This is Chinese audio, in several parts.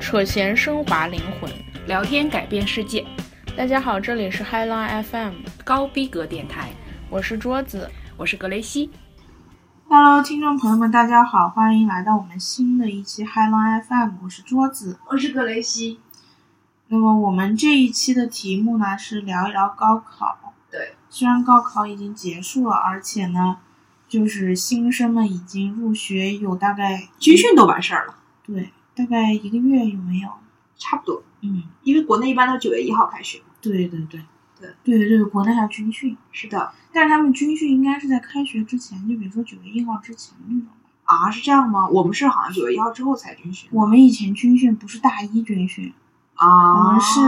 扯闲升华灵魂。聊天改变世界，大家好，这里是 High Line FM，高逼格电台，我是桌子。我是格雷西。 Hello，听众朋友们，大家好，欢迎来到我们新的一期 High Line FM，我是桌子。我是格雷西。那么我们这一期的题目呢是聊一聊高考。对，虽然高考已经结束了，而且呢，就是新生们已经入学有大概军训都完事儿了，对大概一个月有没有？差不多，嗯，因为国内一般都九月一号开学嘛。对对对对对对对，国内还有军训，是的，但是他们军训应该是在开学之前，就比如说九月一号之前那种。啊，是这样吗？我们是好像九月一号之后才军训我们以前军训不是大一军训，啊，我们是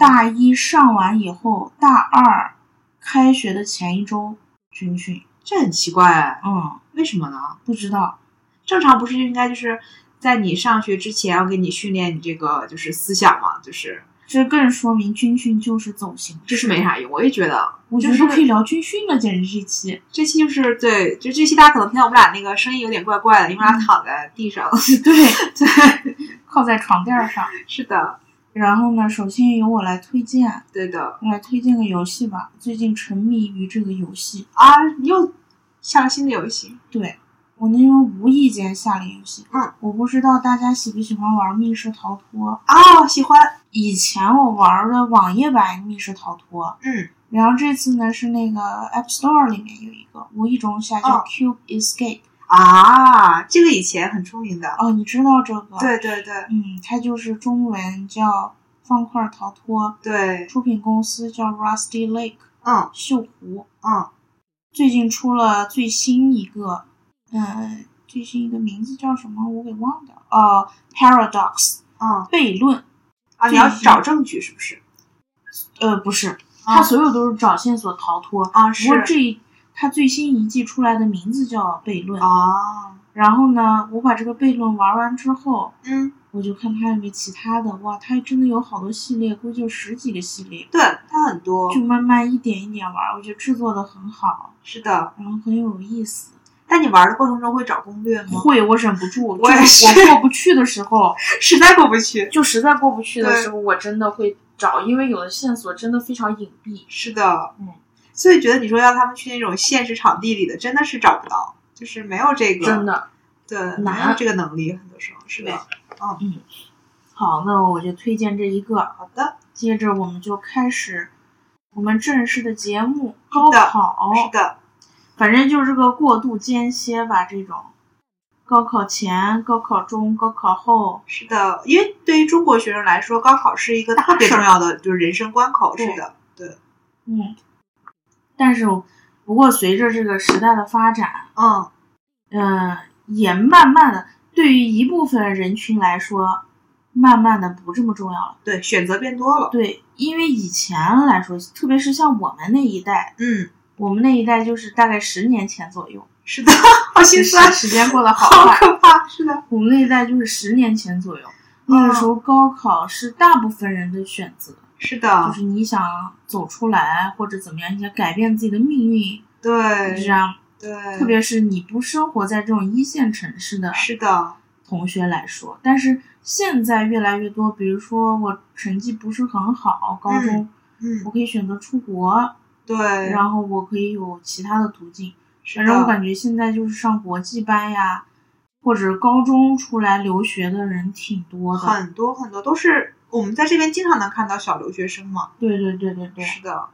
大一上完以后，大二开学的前一周军训。这很奇怪，嗯，为什么呢？不知道。正常不是应该就是在你上学之前要给你训练你这个就是思想嘛，就是这更说明军训就是走形式，这是没啥用。我也觉得我觉就得是可以聊军训了，简直是一期。这期就是对，就这期大家可能听到我们俩那个声音有点怪怪的，因为我俩躺在地上。对，嗯 对，靠在床垫上。是的，然后呢，首先由我来推荐，对的我来推荐个游戏吧。最近沉迷于这个游戏，啊，你又下了新的游戏对我那天无意间下了游戏。嗯，我不知道大家喜不喜欢玩密室逃脱。啊，喜欢，以前我玩的网页版密室逃脱，嗯。然后这次呢是那个 App Store 里面有一个，无意中下叫哦 Cube Escape。啊，这个以前很出名的。哦，你知道这个？，对对对嗯，它就是中文叫方块逃脱，对，出品公司叫 Rusty Lake 嗯锈湖。嗯，最近出了最新一个，嗯，最新一个名字叫什么？我给忘掉了。哦，Paradox 嗯悖论。啊，你要找证据是不是？呃，不是，啊它所有都是找线索逃脱。啊不过这一它最新一季出来的名字叫悖论。啊，然后呢，我把这个悖论玩完之后，嗯，我就看它有没有其他的。哇，它真的有好多系列，估计有十几个系列，对，它很多就，慢慢一点一点玩。我觉得制作的很好，是的。然后很有意思。但你玩的过程中会找攻略吗？会，嗯我忍不住，我就也是是我过不去的时候，实在过不去。 就实在过不去的对时候，我真的会找，因为有的线索真的非常隐蔽。是的，嗯，所以觉得你说要他们去那种现实场地里的，真的是找不到，就是没有这个，真的对，难没有这个能力，很多时候是的。好，那我就推荐这一个。好的，接着我们就开始我们正式的节目——高的考。是的，反正就是个过渡间歇吧，这种高考前、高考中、高考后，是的，因为对于中国学生来说，高考是一个特别重要的，就是人生关口。是的，对，嗯，但是我不过随着这个时代的发展，嗯，嗯、也慢慢的对于一部分人群来说，慢慢的不这么重要了。对，选择变多了。对，因为以前来说，特别是像我们那一代，嗯，我们那一代就是大概十年前左右，是的，好心酸，啊时间过得好好快，可怕。是的，我们那一代就是十年前左右，那个时嗯候高考是大部分人的选择， 是就的，是你想走出来或者怎么样，你想改变自己的命运，就是这对样。对，特别是你不生活在这种一线城市的是的，同学来说，但是现在越来越多，比如说我成绩不是很好，高中、我嗯，可以选择出国，对，然后我可以有其他的途径。是反正我的，感觉现在就是上国际班呀，或者高中出来留学的人挺多的。很多很多都是我们在这边经常能看到小留学生嘛。对对对对对，是的，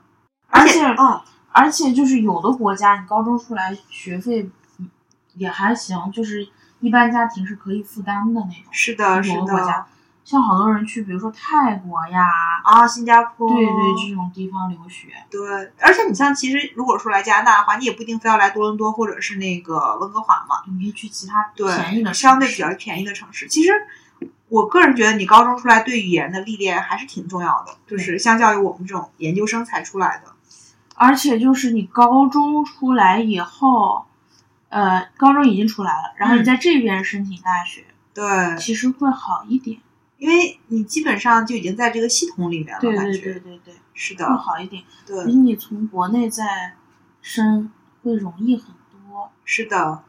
而而且嗯，而且就是有的国家，你高中出来学费嗯也还行，就是一般家庭是可以负担的那种。是的，是有的国的，家，像好多人去，比如说泰国呀，啊，新加坡，对对，这种地方留学，对，而且你像其实如果说来加拿大的话，你也不一定非要来多伦多或者是那个温哥华嘛。你可以去其他对，便宜的城市相对比较便宜的城市。其实，我个人觉得你高中出来对语言的历练还是挺重要的，就是相较于我们这种研究生才出来的。而且就是你高中出来以后，呃，高中已经出来了，然后你嗯在这边申请大学，对，其实会好一点。因为你基本上就已经在这个系统里面了，对感对觉对嗯对对，是会的，好一点，比对，你从国内再申会容易很多。是的，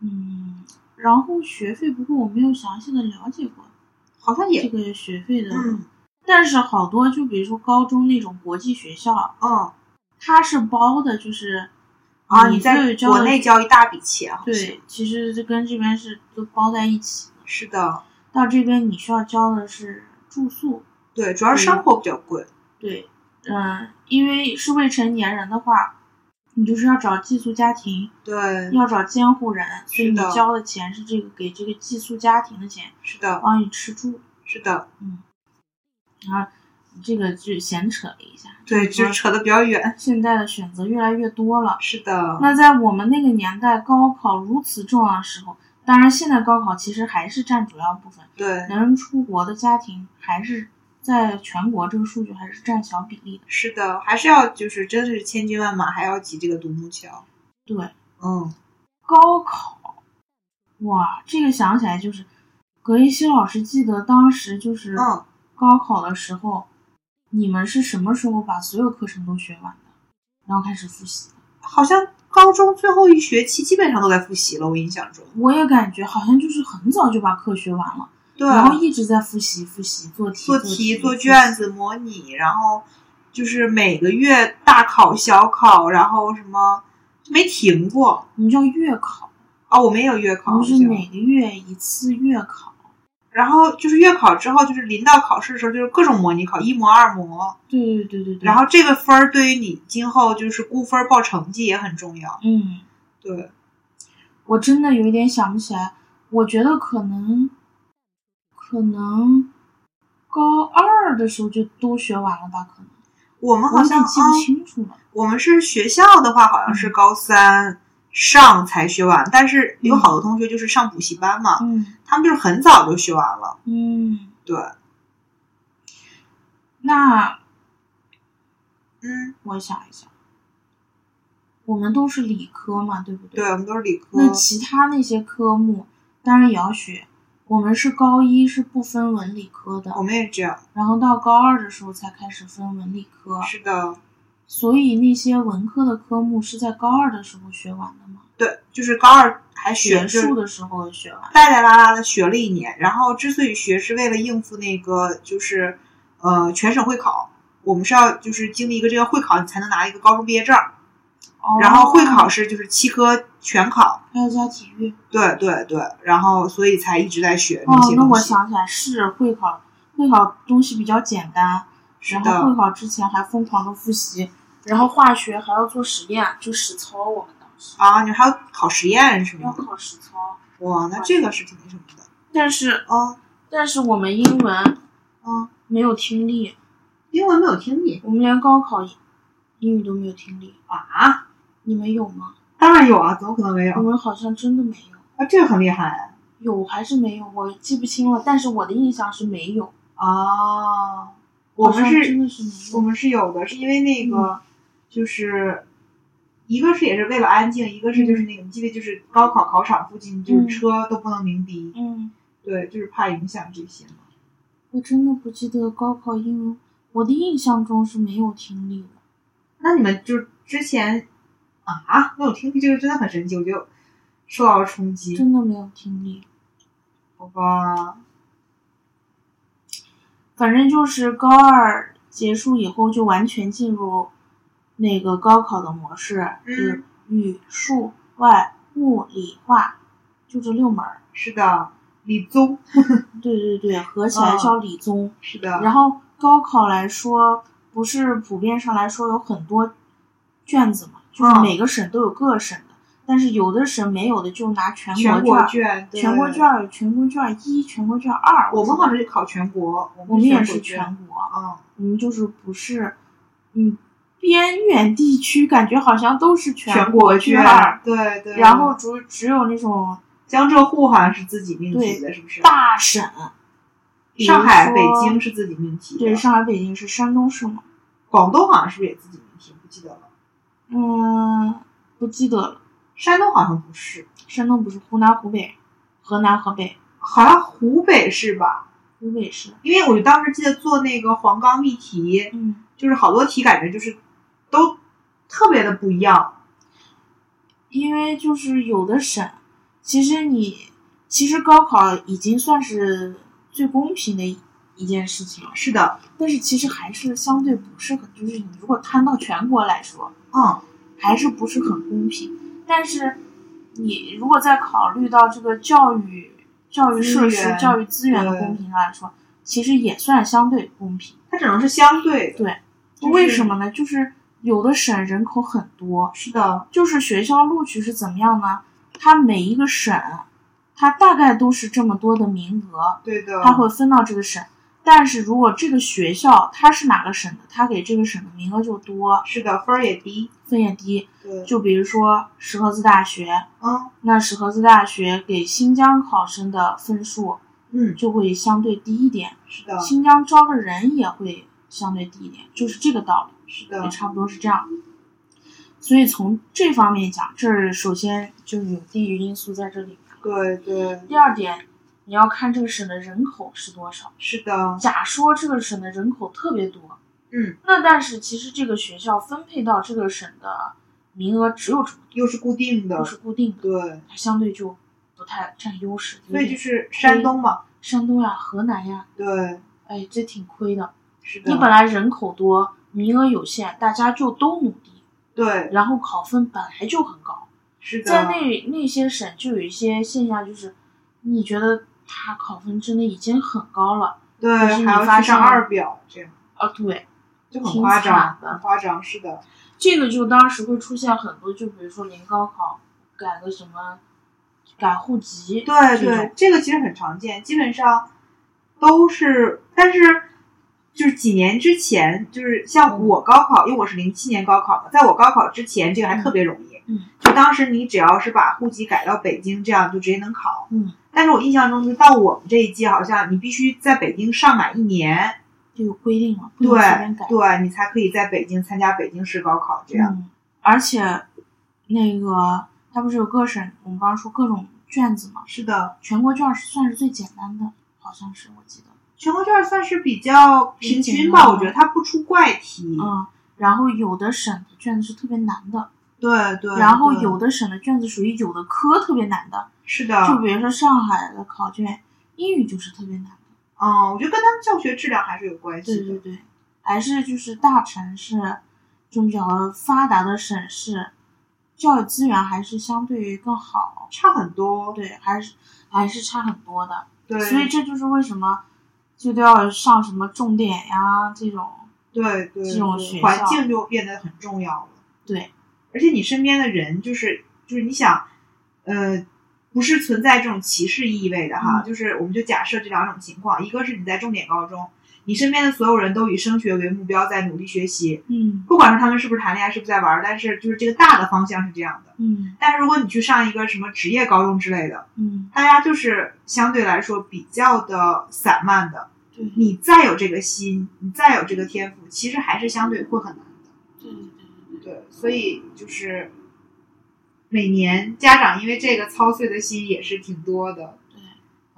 嗯，然后学费，不过我没有详细的了解过，好像这也，个学费的。嗯但是好多就比如说高中那种国际学校，嗯，它是包的，就是啊，你所在有交国的内交一大笔钱，好像对，其实这跟这边是都包在一起的。是的，到这边你需要交的是住宿，对，主要是生活比较贵，对，嗯，因为是未成年人的话，你就是要找寄宿家庭，对，要找监护人，所以是你的交的钱是这个给这个寄宿家庭的钱，是的，帮你吃住。是的，这个就闲扯了一下，对，就就是说扯得比较远，现在的选择越来越多了。是的，那在我们那个年代，高考如此重要的时候，当然现在高考其实还是占主要部分，对，能出国的家庭还是在全国这个数据还是占小比例的。是的，还是要就是真的是千军万马，还要挤这个独木桥，对，嗯，高考，哇，这个想起来就是，葛一西老师记得当时就是嗯高考的时候，你们是什么时候把所有课程都学完的，然后开始复习的？好像高中最后一学期基本上都在复习了，我印象中，我也感觉好像就是很早就把课学完了，对，啊然后一直在复习、复习、做题、做题、题、做复习卷子、模拟，然后就是每个月大考、小考，然后什么就没停过。我们叫月考，哦，我们也有月我考，们好是像每个月一次月考。然后就是月考之后，就是临到考试的时候，就是各种模拟考，一模、二模。对对对对对。然后这个分儿对于你今后就是估分儿报成绩也很重要。嗯，对，我真的有一点想不起来，我觉得可能，可能高二的时候就都学完了吧，可能我们我好有点像记不啊，清楚了。我们是学校的话，好像是嗯高三上才学完，但是有好多同学就是上补习班嘛，嗯他们就是很早就学完了。嗯，对，那嗯，我想一想，我们都是理科嘛，对不对？对，我们都是理科。那其他那些科目当然也要学。我们是高一是不分文理科的，我们也这样，然后到高二的时候才开始分文理科，是的，所以那些文科的科目是在高二的时候学完的吗？对，就是高二还学学术就的时候学完。带带拉拉的学了一年，然后之所以学是为了应付那个就是呃全省会考，我们是要就是经历一个这个会考，你才能拿一个高中毕业证儿，然后会考是就是七科全考，哦还要加体育。对对对，然后所以才一直在学哦那些，那东我西，想起来是会考，会考东西比较简单，是然后会的，考之前还疯狂的复习，然后化学还要做实验，就实操。我们当时啊，你还要考实验什要么的，考实操，哇，那这个是挺那什么的，但是哦，但是我们英文嗯，没有听力，英文没有听力我们连高考英语都没有听力，啊，你们有吗？当然有啊，怎么可能没有我们好像真的没有，啊？这个很厉害有还是没有，我记不清了，但是我的印象是没有。啊，我们好像是真的是没我有。们是有嗯的，是因为那个、就是一个是也是为了安静，一个是就是那个，你记得就是高考考场附近就是嗯车都不能鸣笛，嗯。对，就是怕影响这些嘛。我真的不记得高考英文，我的印象中是没有听力的。那你们就是之前啊，没有听力这个真的很神奇，我就受到了冲击。真的没有听力。好吧，反正就是高二结束以后就完全进入那个高考的模式，就是语数外物理化，就这六门儿。是的，理综对对对，合起来哦叫理综。是的，然后高考来说，不是普遍上来说有很多卷子嘛，就是嗯每个省都有各省的，但是有的省没有的就拿全全国国卷。卷，对全国卷，儿有全国卷儿一、全国卷儿二。我记得们好像是考全国，我们们也全是国卷全国，啊嗯，我们就是不是，嗯，边远地区感觉好像都是全国卷卷儿，，对对。然后只只有那种江浙沪好像是自己命题的，是不是？大省，比如上海、说北京是自己命题的，对，上海、北京是山东省嘛，广东好像是不是也自己命题？不记得了。嗯，不记得了，山东好像不是，山东不是湖南、湖北、河南、河北、好像湖北是吧？湖北是，因为我就当时记得做那个黄冈密题，嗯，就是好多题感觉就是都特别的不一样。因为就是有的省，其实你其实高考已经算是最公平的一一件事情。是的，但是其实还是相对不是很，就是你如果摊到全国来说，嗯，还是不是很公平。但是你如果再考虑到这个教育、教育设资施源、教育资源的对公平来说，其实也算相对公平。它只能是相对的。就是为什么呢？就是有的省人口很多，是的，就是学校录取是怎么样呢？它每一个省，它大概都是这么多的名额，对的。它会分到这个省。但是如果这个学校它是哪个省的，它给这个省的名额就多，是的，分儿也低。分也低。对，就比如说石河子大学，嗯那石河子大学给新疆考生的分数嗯，就会相对低一点，是的，新疆招的人也会相对低一点，就是这个道理。是的也，差不多是这样。所以从这方面讲，这儿首先就有地域因素在这里。对对，第二点，你要看这个省的人口是多少。是的，假说这个省的人口特别多，嗯，那但是其实这个学校分配到这个省的名额只有这么又是固定的多，，是固定的，对，它相对就不太占优势。有所以就点是山东嘛，山东呀、河南呀，对，哎，这挺亏的。是的，你本来人口多，名额有限，大家就都努力，对，然后考分本来就很高。是的，在那那些省就有一些现象，就是你觉得他考分真的已经很高了，对，可是你还要发去上现二表，这样啊，对，就很挺夸张，惨的很夸张，是的，这个就当时会出现很多，就比如说临高考改个什么改户籍，对这种对，这个其实很常见，基本上都是，但是就是几年之前，就是嗯像我高考，因为我是零七年高考的，在我高考之前，这个还特别容易。嗯就当时你只要是把户籍改到北京，这样就直接能考。嗯，但是我印象中，就到我们这一届，好像你必须在北京上满一年，就有规定了，不对能随便改。对，你才可以在北京参加北京市高考。这样，嗯，而且那个它不是有各省，我们刚刚说各种卷子嘛，是的，全国卷是算是最简单的，好像是我记得，全国卷算是比较平均吧，嗯我觉得它不出怪题。嗯，然后有的省的卷子是特别难的，对对，然后对有的省的卷子属于有的科特别难的，是的，就比如说上海的考卷，英语就是特别难的。嗯，我觉得跟他们教学质量还是有关系对的。对对，还是就是大城市这种比较发达的省市，教育资源还是相对更好。差很多。对，还是还是差很多的。对，所以这就是为什么就都要上什么重点呀这种。对对这种对学校环境就变得很重要了。对，而且你身边的人，就是就是你想，呃，不是存在这种歧视意味的嗯哈，就是我们就假设这两种情况，一个是你在重点高中，你身边的所有人都以升学为目标在努力学习，嗯不管是他们是不是谈恋爱，是不是在玩儿，但是就是这个大的方向是这样的。嗯但是如果你去上一个什么职业高中之类的，嗯，大家就是相对来说比较的散漫的。对对你再有这个心，你再有这个天赋，其实还是相对会很难的。对对对对，对，所以就是每年家长因为这个操碎的心也是挺多的。对，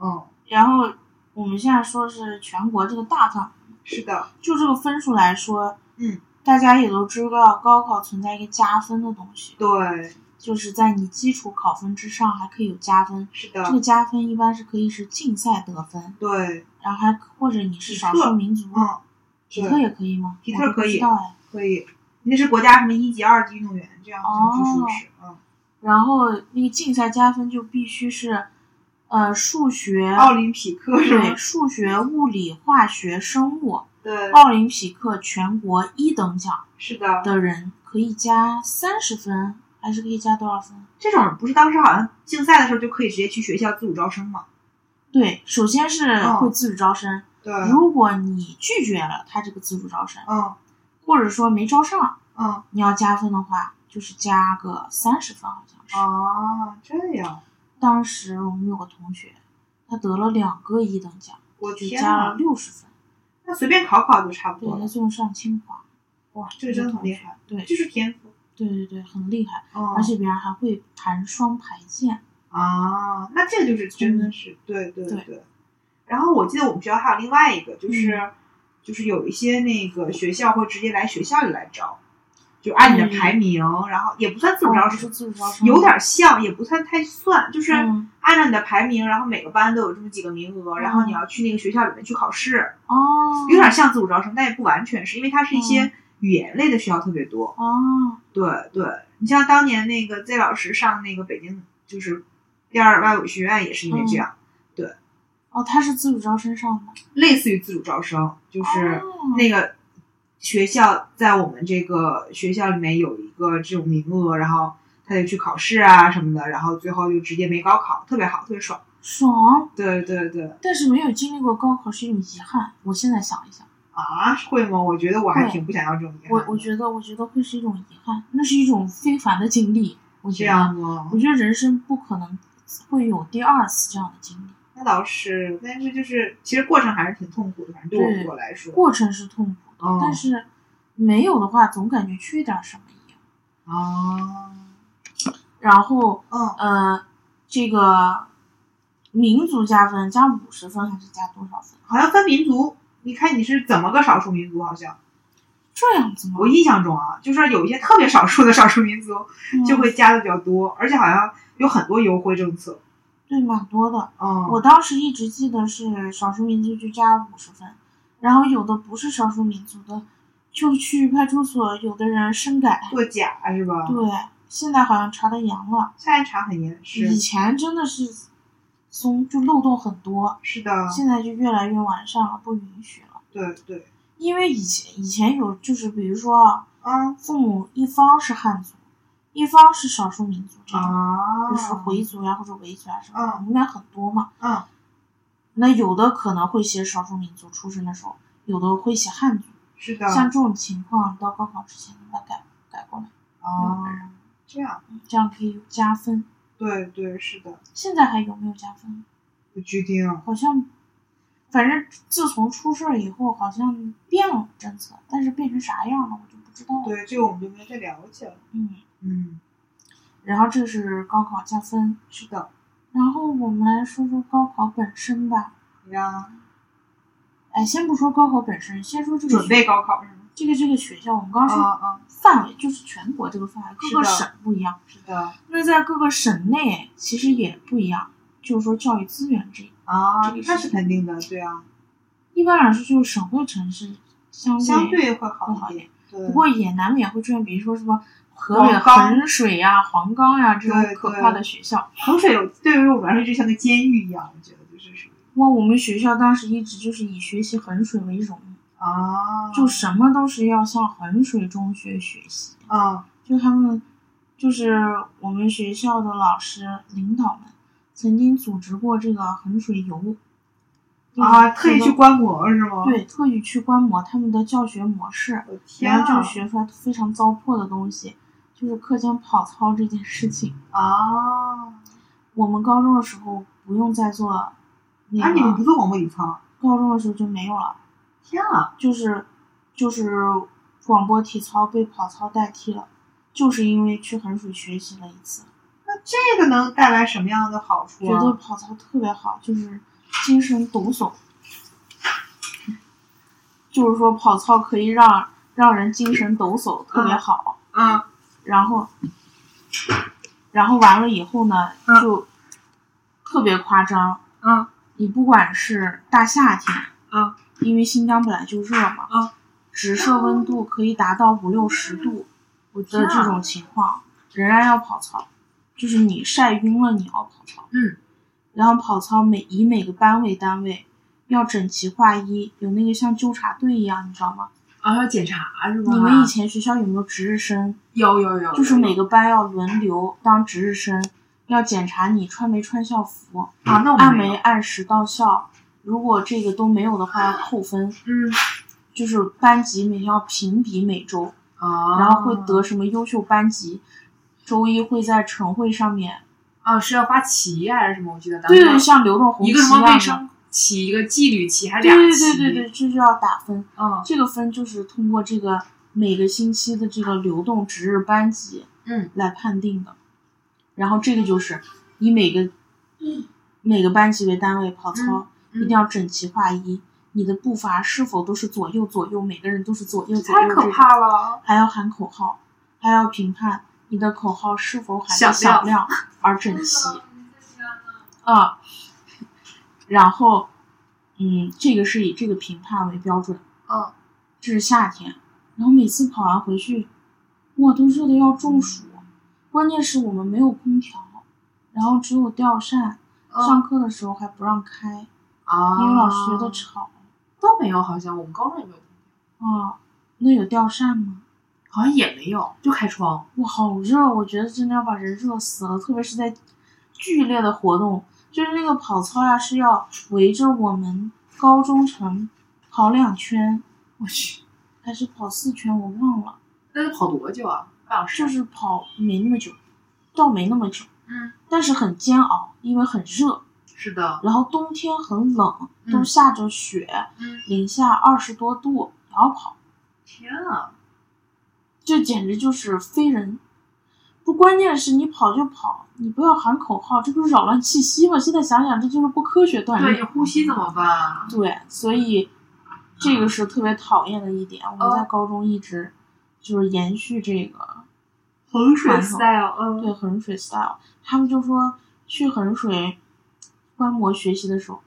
嗯，然后我们现在说是全国这个大范围。是的，就这个分数来说，嗯，大家也都知道，高考存在一个加分的东西，对，就是在你基础考分之上还可以有加分。是这个的，加分一般是可以是竞赛得分，对，然后还或者你是体少测数民族，嗯，体特也可以吗？体我特都不可以知道哎。可以。那是国家什么一级、二级运动员这样，哦很不舒适。嗯，然后那个竞赛加分就必须是，呃，数学，奥林匹克是对，吗？数学、物理、化学、生物，对，奥林匹克全国一等奖是的。的人可以加三十分，还是可以加多少分？这种不是当时好像竞赛的时候就可以直接去学校自主招生吗？对，首先是嗯会自主招生。对，如果你拒绝了他这个自主招生，嗯或者说没招上，嗯，你要加分的话，就是加个三十分，好像是。哦，这样。当时我们有个同学，他得了两个一等奖，我就天加了呐，六十分。那随便考考就差不对，多他了。最后上清华。哇，这个真的很厉害，对，这是天赋。对对对，很厉害，哦而且别人还会弹双排键。啊，那这个就是真的嗯是对对对对。然后我记得我们学校还有另嗯外一个，就是就是有一些那个学校会直接来学校里来招，就按你的排名，然后也不算自主招嗯哦生，是自主招生，有点像，也不算太算，就是嗯按照你的排名，然后每个班都有这么几个名额，然后你要去那个学校里面去考试，哦，有点像自主招生，但也不完全是，因为它是一些嗯语言类的学校特别多。哦，对对，你像当年那个 Z 老师上那个北京就是第二外语学院，也是因为这样，哦，他是自主招生上的，类似于自主招生，就是嗯哦那个学校在我们这个学校里面有一个这种名额，然后他得去考试啊什么的，然后最后就直接没高考，特别好，特别爽。爽，对对对，但是没有经历过高考是一种遗憾。我现在想一想，啊，会吗？我觉得我还会挺不想要这种遗憾我的。我觉得我觉得会是一种遗憾，那是一种非凡的经历。我这觉样得，吗我？觉得人生不可能会有第二次这样的经历。那倒是，但是就是其实过程还是挺痛苦的，反正对对我我来说。过程是痛苦的，嗯但是没有的话，总感觉缺点什么一样。啊，然后，嗯，呃，这个民族加分加五十分还是加多少分？好像分民族，你看你是怎么个少数民族？好像这样子吗我？印象中啊，就是有一些特别少数的少数民族嗯就会加的比较多，而且好像有很多优惠政策。对，蛮多的。嗯，我当时一直记得是少数民族就加五十分，然后有的不是少数民族的，就去派出所，有的人申改。作假啊是吧？对，现在好像查的严了，现在查很严，是以前真的是松，就漏洞很多，是的，现在就越来越完善了，不允许了。对对，因为以前以前有就是比如说啊，嗯父母一方是汉族，一方是少数民族这种，啊，就是回族呀或者维族呀什么的，嗯我们那很多嘛。嗯那有的可能会写少数民族出身的时候，有的会写汉族。是的，像这种情况，到高考之前把它改改过来，啊这样，这样可以有加分。对对是的，现在还有没有加分？不确定。好像，反正自从出事儿以后，好像变了政策，但是变成啥样了我就不知道了。对，这个我们就没有再了解了。嗯，嗯，然后这是高考加分，是的，然后我们来说说高考本身吧。呀，哎，先不说高考本身，先说这个准备学高考是吗？这个这个学校，我们刚刚啊说啊，范围就是全国这个范围，是各个的省不一样。是的那在各个省内其实也不一样，就是说教育资源这一啊这个，那是是肯定的，对啊，一般来说就是省会城市相对相对会会好好一一点点。，不嗯对，过也难免会出现，比如说什么河北黄冈衡水呀、黄冈呀、这种对可对怕的学校。衡水有对于我们来说就像个监狱一样，我觉得就是属于哇，我们学校当时一直就是以学习衡水为荣，啊，就什么都是要向衡水中学学习。啊，就他们，就是我们学校的老师领导们曾经组织过这个衡水游，啊，特意去观。观摩是吗？，对，特意去观摩他们的教学模式，我天然啊，后就学出来非常糟粕的东西，就是课间跑操这件事情。啊，我们高中的时候不用再做，那啊，你们不个做广播体操？高中的时候就没有了，天啊，就是就是广播体操被跑操代替了，就是因为去衡水学习了一次，那这个能带来什么样的好处觉得啊？跑操特别好，就是精神抖擞， 就是说跑操可以让让人精神抖擞，特别嗯好。啊，然后，然后完了以后呢，嗯就特别夸张。嗯你不管是大夏天，嗯因为新疆本来就热嘛，嗯直射温度可以达到五六十度的这种情况，仍然要跑操，就是你晒晕了你要跑操。嗯，然后跑操每以每个班为单位。要整齐划一，有那个像纠察队一样，你知道吗？啊，要检查是啊你们以前学校有没有值日生？有有有就是每个班要轮流当值日生，要检查你穿没穿校服，啊，那我按们没没有按时到校。如果这个都没有的话，要扣分。嗯就是班级每天要评比每周，啊，然后会得什么优秀班级。周一会在晨会上面，啊，是要发旗还是什么？我记得当时对，像流动红旗一一个什么卫样的。生旗，一个纪律旗，还是对俩对旗？对对对，这就要打分。嗯这个分就是通过这个每个星期的这个流动值日班级，嗯，来判定的。然后这个就是以每个每个班级为单位跑操，嗯一定要整齐划一。你的步伐是否都是左右左右，每个人都是左右左右太这种可怕了。还要喊口号，还要评判你的口号是否喊得响响亮 亮而整齐。啊，然后，嗯，这个是以这个评判为标准。嗯，这是夏天，然后每次跑完回去，哇，都热的要中暑。关键是我们没有空调，然后只有吊扇，哦嗯上课的时候还不让开，啊，因为老师觉哦得吵。都没有，好像我们高中也没有，啊，那有吊扇吗？好像也没有，就开窗。哇，好热！我觉得真的要把人热死了，特别是在剧烈的活动，就是那个跑操呀、是要围着我们高中城跑两圈，我去，还是跑四圈，我忘了，那得跑多久啊？半小时就。是跑没那么久，倒没那么久，嗯，但是很煎熬，因为很热，是的，然后冬天很冷，都嗯下着雪，嗯，零下二十多度也要跑，天啊，这简直就是非人。不，关键是你跑就跑，你不要喊口号，这不是扰乱气息吗？现在想想，这就是不科学锻对你炼。呼吸怎么办？对，所以这个是特别讨厌的一点。我们在哦高中一直就是延续这个，衡水 style，嗯，对衡水 style。他们就说去衡水观摩学习的时候，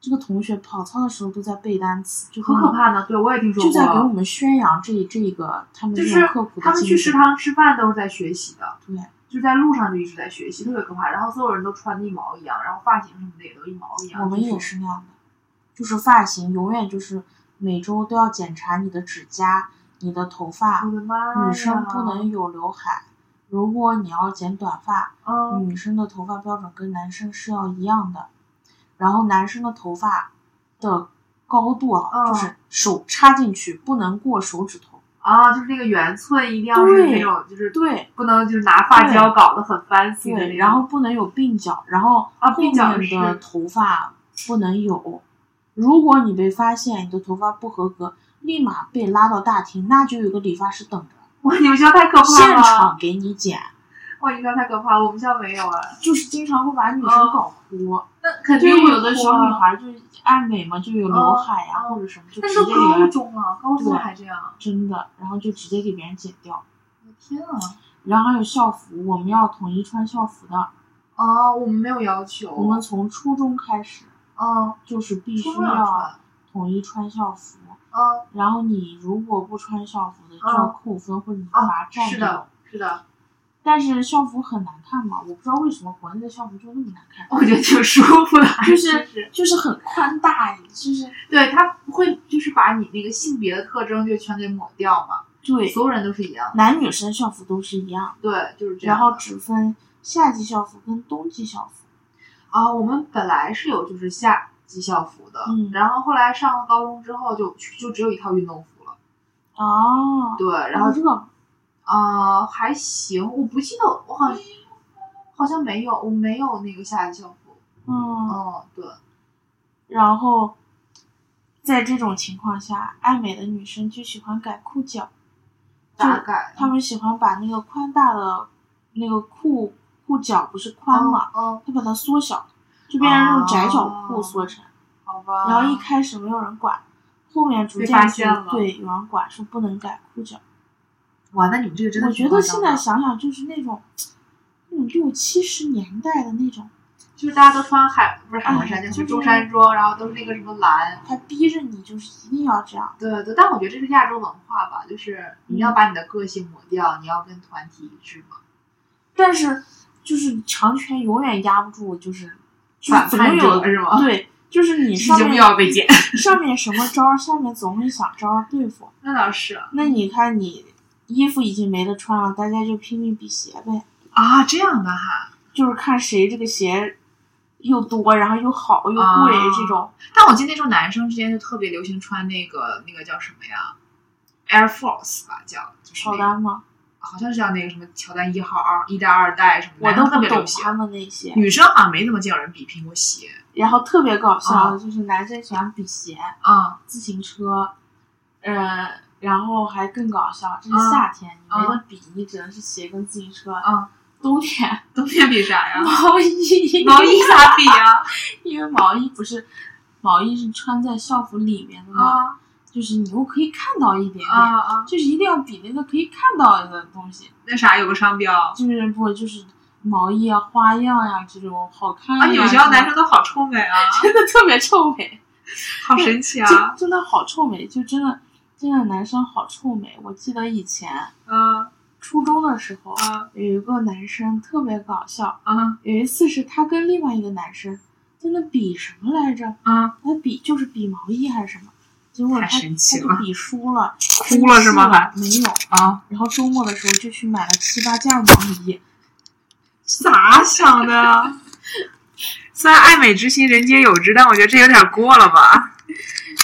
这个同学跑操的时候都在背单词，就很跟可怕呢。对我也听说就过，在给我们宣扬这这个他们就这是种刻苦的精神。他们去食堂吃饭都是在学习的，对，就在路上就一直在学习，特别可怕。然后所有人都穿的一毛一样，然后发型什么的也都一毛一样。我们就也是那样的，就是发型永远就是每周都要检查你的指甲、你的头发我，的妈呀！女生不能有刘海。如果你要剪短发，嗯，女生的头发标准跟男生是要一样的，然后男生的头发的高度啊，就嗯是手插进去不能过手指头。啊，就是那个圆寸一定要是对那种，就是对不能就是拿发胶搞得很 fancy 的那对，种。然后不能有鬓角，然后啊后鬓角面的是头发不能有。如果你被发现你的头发不合格，立马被拉到大厅，那就有个理发师等着，哇，你们学校太可怕现了！场给你剪。哇，你们学校太可怕了，我们学校没有啊。就是经常会把女生哦搞哭，那肯就定会有的哭小啊女孩就是爱美嘛，就有刘哦海呀、哦或者什么，就那直都接给高人中了，高中对还这样，啊真的，然后就直接给别人剪掉。我的天啊！然后还有校服，我们要统一穿校服的，啊，我们没有要求，我们从初中开始啊，就是必须初中要要穿，统一穿校服。啊，然后你如果不穿校服的，就嗯要扣分或者你罚站是这的种。是的，但是校服很难看嘛，我不知道为什么国内的校服就那么难看，我觉得挺舒服的， 就是就是很宽大，就是对他不会就是把你那个性别的特征就全给抹掉嘛，对，所有人都是一样的，男女生校服都是一样，对，就是这样然的。后只分夏季校服跟冬季校服。啊，我们本来是有就是夏季校服的，嗯然后后来上了高中之后就就只有一套运动服了，哦，对，然后这个啊、还行，我不记得我好像好像没有，我没有那个夏季校服，嗯，嗯，对，然后在这种情况下，爱美的女生就喜欢改裤脚，大概她们喜欢把那个宽大的那个裤裤脚不是宽嗯嘛，嗯，他把它缩小，就变成那种窄脚哦裤缩成。好吧，然后一开始没有人管，后面逐渐哦被发就现了对有人管，说不能改裤脚。哇，那你们这个真的我挺觉得夸张现的在想想就是那种，那种六七十年代的那种，就是大家都穿海不是海哎蓝衫，就是就是中山装，然后都是那个什么蓝。他逼着你就是一定要这样。对对，但我觉得这是亚洲文化吧，就是嗯你要把你的个性抹掉，你要跟团体一致嘛。但是就是强权永远压不住，就是就是反总叛有者是吗？对，就是你你上就面不要被剪。上面什么招儿，下面总会想招儿对付。那倒是啊那你看你衣服已经没得穿了，大家就拼命比鞋呗。啊，这样的哈。就是看谁这个鞋又多，然后又好又贵、啊这种。但我记得那时候男生之间就特别流行穿那个那个叫什么呀，Air Force 吧，叫就是乔那个丹吗？好像是叫那个什么乔丹一号、二一代、二代什么的，我男生都特不别懂啊流行他。们那些。女生好像没怎么见有人比拼过鞋然后特别搞笑的啊就是男生喜欢比鞋、 啊自行车，呃，然后还更搞笑，这是夏天，啊你没得比，你只能是鞋跟自行车。啊！冬天 冬天比啥 呀？毛衣，毛衣咋比呀？啊因为毛衣不是毛衣是穿在校服里面的嘛，啊，就是你又可以看到一点点，啊啊，就是一定要比那个可以看到的东西，那啥有个商标就是不就是毛衣啊、花样呀、这种好看呀啊，你们学校男生都好臭美啊，真的特别臭美。好神奇啊真，真的好臭美，就真的真的男生好臭美。我记得以前嗯初中的时候，啊嗯有一个男生特别搞笑，嗯有一次是他跟另外一个男生在那比什么来着？嗯，他比就是比毛衣还是什么？结果他太他神奇就了比输了，哭了是吗还没有。啊，然后周末的时候就去买了七八件毛衣，咋想 的？虽然爱美之心人皆有之，但我觉得这有点过了吧？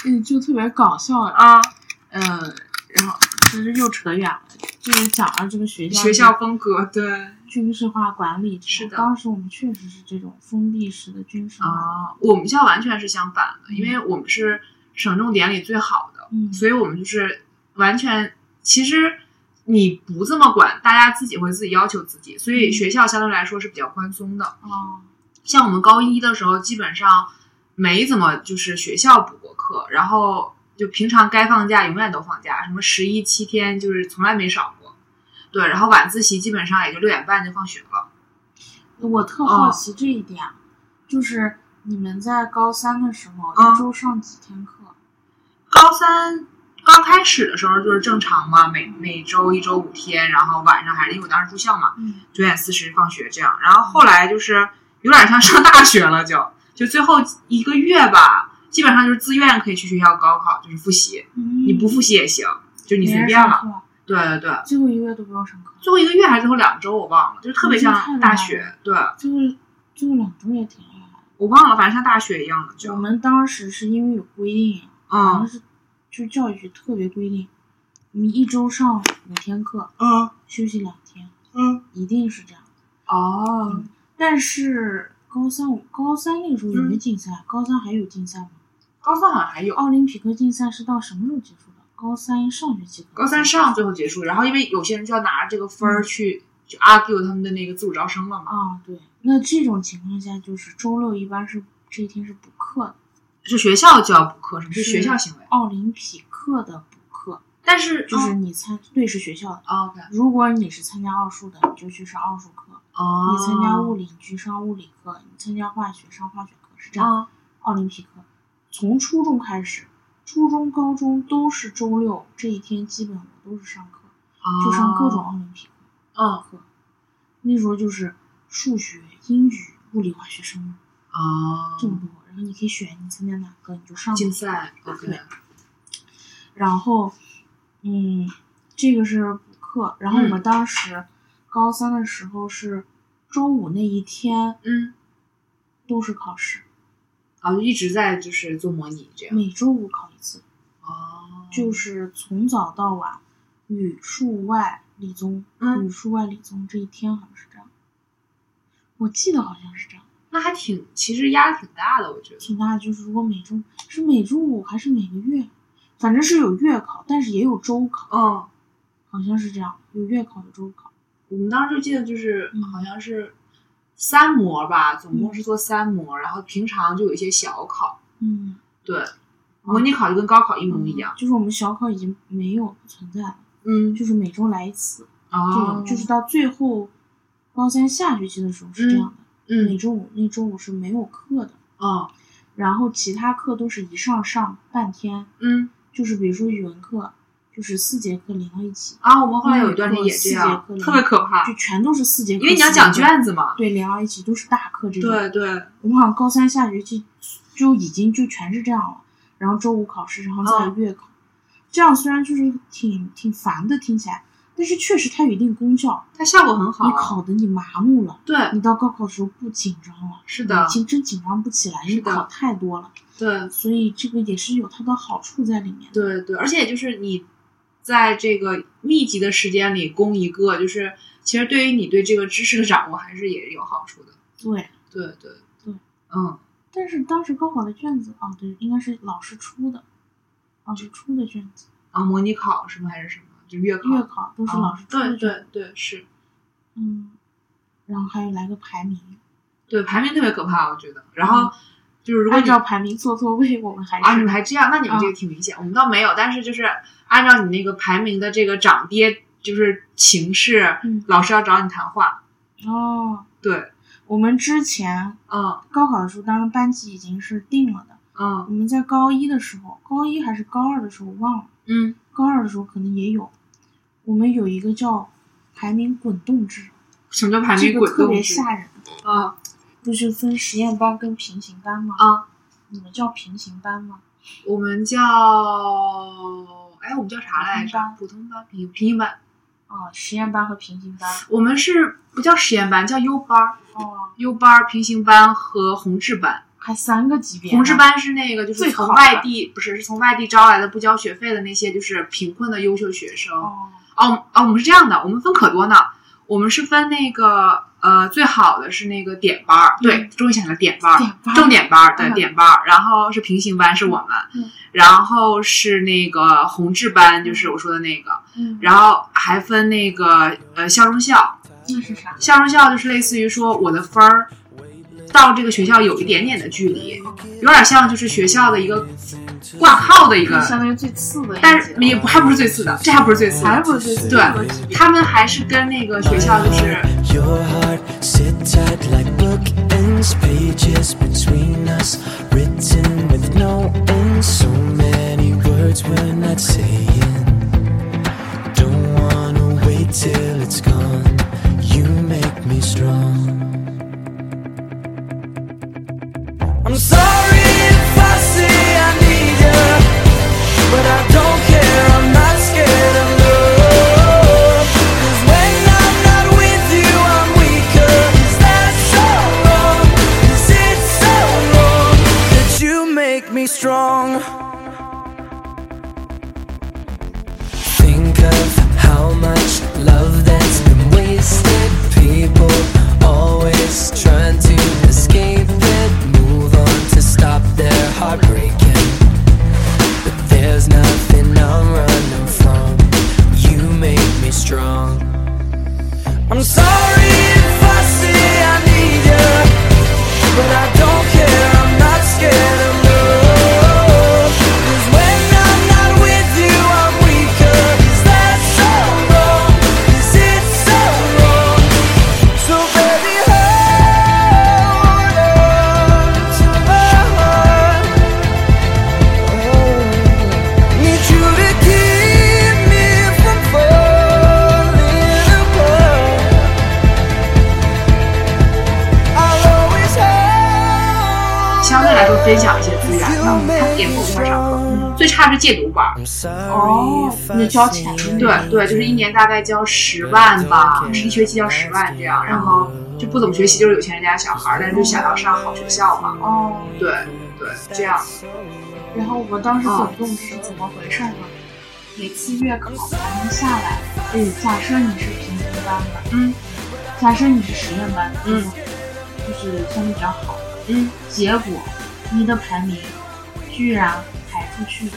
嗯，就特别搞笑。啊，嗯，然后就是又扯远了，就是讲了这个学校学校风格对。军事化管理这种是的当时我们确实是这种封闭式的军事化，啊，我们校完全是相反的，因为我们是省重点里最好的，嗯，所以我们就是完全其实你不这么管，大家自己会自己要求自己，所以嗯学校相对来说是比较宽松的。啊，像我们高一的时候，基本上没怎么就是学校补过课，然后就平常该放假永远都放假，什么十一七天就是从来没少过。对，然后晚自习基本上也就六点半就放学了。我特啊好奇这一点，就是你们在高三的时候啊一周上几天课？高三刚开始的时候就是正常嘛，每每周一周五天，然后晚上还是因为我当时住校嘛，嗯，九点四十放学这样。然后后来就是有点像上大学了就，就最后一个月吧，基本上就是自愿可以去学校高考，就是复习，你你不复习也行，就你随便了。了，对对对，最后一个月都不用上课，最后一个月还是最后两周我忘了，就是特别像大学，对最后最后两周也挺厉害我忘了，反正像大学一样的的。我就们当时是因为有规定，好像嗯是就教育局特别规定，你一周上五天课，嗯休息两天，嗯，一定是这样。哦但是高三我高三那个时候有嗯没有竞赛？高三还有竞赛吗？高三好像还有，奥林匹克竞赛是到什么时候结束的？高三上学期结束。高三上最后结束，然后因为有些人就要拿着这个分嗯儿去、去 argue 他们的那个自主招生了嘛，啊，对。那这种情况下，就是周六一般是这一天是补课的，是学校就要补课什么，是是学校行为，奥林匹克的补课，但是就是你参、对是学校的。哦 OK 如果你是参加奥数的，你就去上奥数课；哦，你参加物理，你去上物理课；你参加化学，上化学课，是这样。啊奥林匹克，从初中开始，初中、高中都是周六这一天，基本我都是上课，哦就上各种奥林匹克嗯课。那时候就是数学、英语、物理、化学、生物啊这么多，然后你可以选你参加哪个，你就上哪个竞赛 OK 对然后，嗯，这个是补课。然后嗯我们当时高三的时候是周五那一天嗯都是考试，啊就一直在就是做模拟这样每周五考一次。哦嗯就是从早到晚，语数外理综，嗯语数外理综这一天好像是这样，我记得好像是这样。那还挺其实压力挺大的我觉得挺大的就是如果每周是每周五还是每个月，反正是有月考，但是也有周考，嗯。好像是这样，有月考有周考。我们当时就记得就是嗯好像是三模吧，总共是做三模，然后平常就有一些小考，嗯，对，模拟考就跟高考一模一样，就是我们小考已经没有不存在了，嗯，就是每周来一次，这哦种，就是到最后高三下学期的时候是这样的，每嗯周五那周五是没有课的。哦然后其他课都是一上上半天，嗯就是比如说语文课，就是四节课连到一起，啊，我们后来有一段时间也这样嗯，特别可怕就，全都是四节课，因为你要四节课讲卷子嘛，对，连到一起都是大课这种。，对对，我们好像高三下学期就已经就全是这样了，然后周五考试，然后再有啊月考，这样虽然就是挺挺烦的，听起来。但是确实它有一定功效，它效果很你好，考的你麻木了，对，你到高考的时候不紧张了，是的，紧真紧张不起来，因为是的考太多了，对所以这个也是有它的好处在里面的。对对，而且就是你在这个密集的时间里攻一个，就是其实对于你对这个知识的掌握还是也是有好处的，对，对对对，嗯。但是当时高考的卷子啊，对，应该是老师出的，老师出的卷子，啊，模拟考是吗？还是什么？就月考？嗯月考都是老师出啊对的卷子。对对，是，嗯，然后还有来个排名，对排名特别可怕，我觉得。然后就是如嗯果按你照排名嗯坐座位，我们还啊，你们是还这样，那你们这个挺明显，我们倒没有，但是就是按照你那个排名的这个涨跌，就是情势，嗯老师要找你谈话，哦，对，我们之前嗯高考的时候，当时班级已经是定了的。嗯我们在高一的时候，高一还是高二的时候忘了，嗯，高二的时候可能也有。我们有一个叫排名滚动制，什么叫排这名个滚特动别制？吓人，啊不是分实验班跟平行班吗？啊，你们叫平行班吗？我们叫哎，我们叫啥来着？普通班、平平行班，啊、实验班和平行班。我们是不叫实验班，叫优班儿、哦，优班儿、平行班和红志班。还三个级别呢。红志班是那个就是啊最从好的外地不是是从外地招来的不交学费的那些就是贫困的优秀学生。哦，哦哦，我们是这样的，我们分可多呢，我们是分那个呃最好的是那个点班儿，对，终于想起来点班儿，嗯点班儿啊重点班儿，对，嗯点班儿，然后是平行班是我们，嗯然后是那个红志班，就是我说的那个，嗯，然后还分那个呃校中校，那是啥？校中校就是类似于说我的分儿。到这个学校有一点点的距离，有点像就是学校的一个挂靠的一个，相当于最次的一级了，但是也不还不是最次的，这还不是最次的，还不是最次对的级别。他们还是跟那个学校就是， Your heart sit tight like bookends, pages between us, written with no end. So many words we're not saying. Don't wanna wait till it's gone. You make me strong. I'm sorry if I say I need you, but I don't care. I'm not scared of love. 'Cause when I'm not with you, I'm weaker. Is that so wrong? Is it so wrong that you make me strong? Think of how much love that's been wasted. People always trying to escape it, move on to stop their heartbreaking. But there's nothing I'm running from. You make me strong. I'm sorry if I say I need you, but I don't care. I'm not scared of love. 'Cause when I'm not with you, I'm weaker. Is that so wrong? Is it so wrong? So baby, hold on to my heart. Need you to keep me from falling apart. I'll always have 相对来说分享一些资源吧，他 you 也不多少课， strong. 最差是戒毒班儿， I'm sorry 哦 Oh，if，你 I 交钱 say 了对对，就是一年大概交十万吧，是一学期交十万这样，然后就不怎么学习，就是有钱人家小孩儿，但是就想要上好学校嘛，哦，对对，这样，然后我们当时总共是怎么回事呢？每次月考排名下来，嗯，假设你是平行班的，嗯，假设你是实验班的，嗯，就是相对比较好，嗯，结果你的排名居然排出去了，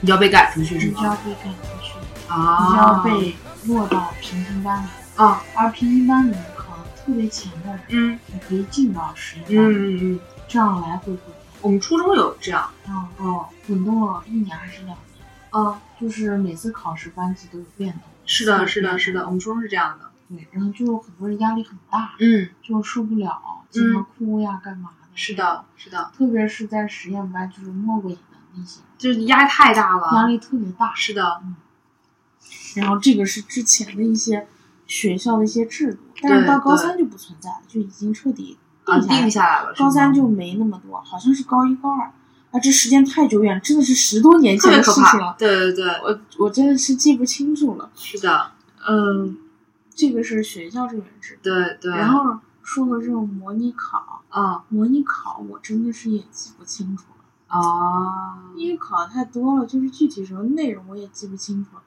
你要被赶出去是你就吗？要被赶出去，你就要啊，被落到平行班里，啊，而平行班里面考得特别前的人，嗯你可以进到实验班，嗯嗯嗯，这样来回滚我们初中有这样，动，啊，哦，滚动了一年还是两年，哦啊，就是每次考试班级都有变动。是嗯的是的是的，我们初中是这样的，对，然后就有很多人压力很大，嗯，就受不了，经常哭呀，干嘛的？是的，是的，特别是在实验班，就是末尾的那些，就是压力太大了，压力特别大。是的，然后这个是之前的一些学校的一些制度，但是到高三就不存在了，就已经彻底啊，定下来了。定下来了，是吗高三就没那么多，好像是高一高二。啊，这时间太久远了，真的是十多年前特别的可事情怕，了。对对对，我我真的是记不清楚了。是的，嗯，这个是学校这边制度。对对，然后说回这种模拟考，啊模拟考我真的是也记不清楚了，啊，因为考的太多了，就是具体什么内容我也记不清楚了。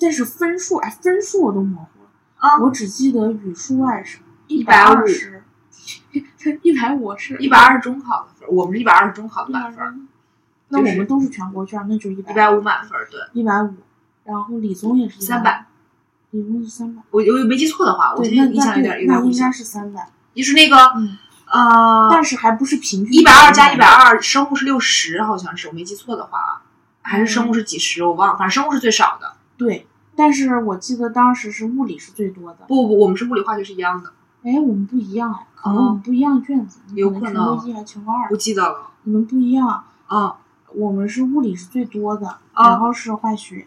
但是分数，哎，分数我都模糊了，啊我只记得语数外是一150二十，一百五是一百二是中考的分儿，我们是一百二是中考的满分儿， 120那我们都是全国卷，那就一一百百五满分儿，对，一百五，然后理综也是300，理综是三百，我我没记错的话，我对，现那在印那象有点对有那点不应清该，是三百，就是那个嗯呃，但是还不是平均一百二加一百二，生物是六十，好像是我没记错的话啊，还是嗯生物是几十，我忘了，反正生物是最少的。对，但是我记得当时是物理是最多的。不不，我们是物理化学是一样的，哎，我们不一样哎，可能我们不一样卷子，你哦有可可能能全国一还是啊全国二不，记得了。你们不一样。嗯，我们是物理是最多的，啊然后是化学，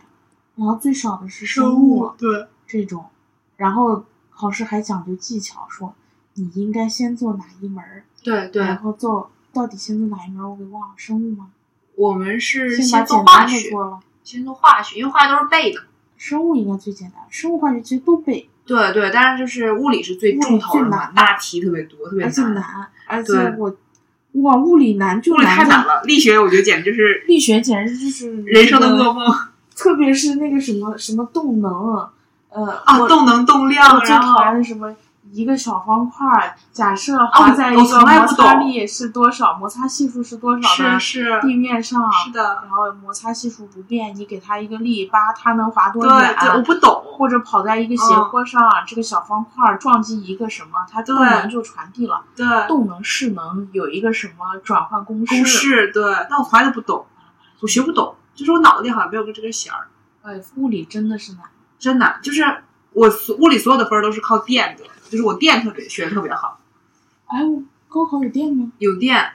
然后最少的是生对，这种，然后考试还讲究技巧，说你应该先做哪一门儿，对对然，后做到底先做哪一门儿，我给忘了，生物吗？我们是把先做简化单的学，做了，先做化学，因为化学都是背的。生物应该最简单，生物化学其实都背，对对，但是就是物理是最物理重头最的嘛，难的大题特别多，特别而且难。难，而且对我哇，物理难就物理太难难在，了，力学我觉得简直就是力学简直就是人生的那个噩梦特别是那个什么什么动能，呃，啊！我动能动我量，啊最然讨厌后的什么一个小方块儿，假设划我在一啊我个从来摩不擦懂力是多少，摩擦系数是多少是的是地面上，是的，然后摩擦系数不变，你给它一个力八，它能滑多对远？啊对，我嗯不懂，或者跑在一个斜坡上，这个小方块儿撞击一个什么，它动对能就传递了。对动能势能有一个什么转换公式？公式对，但我从来都不懂，我学不懂，就是我脑子里好像没有个这个弦儿，哎，物理真的是难。真的就是我所物理所有的分儿都是靠电得的，就是我电特别学的特别好，哎，我高考有电吗？有电。哎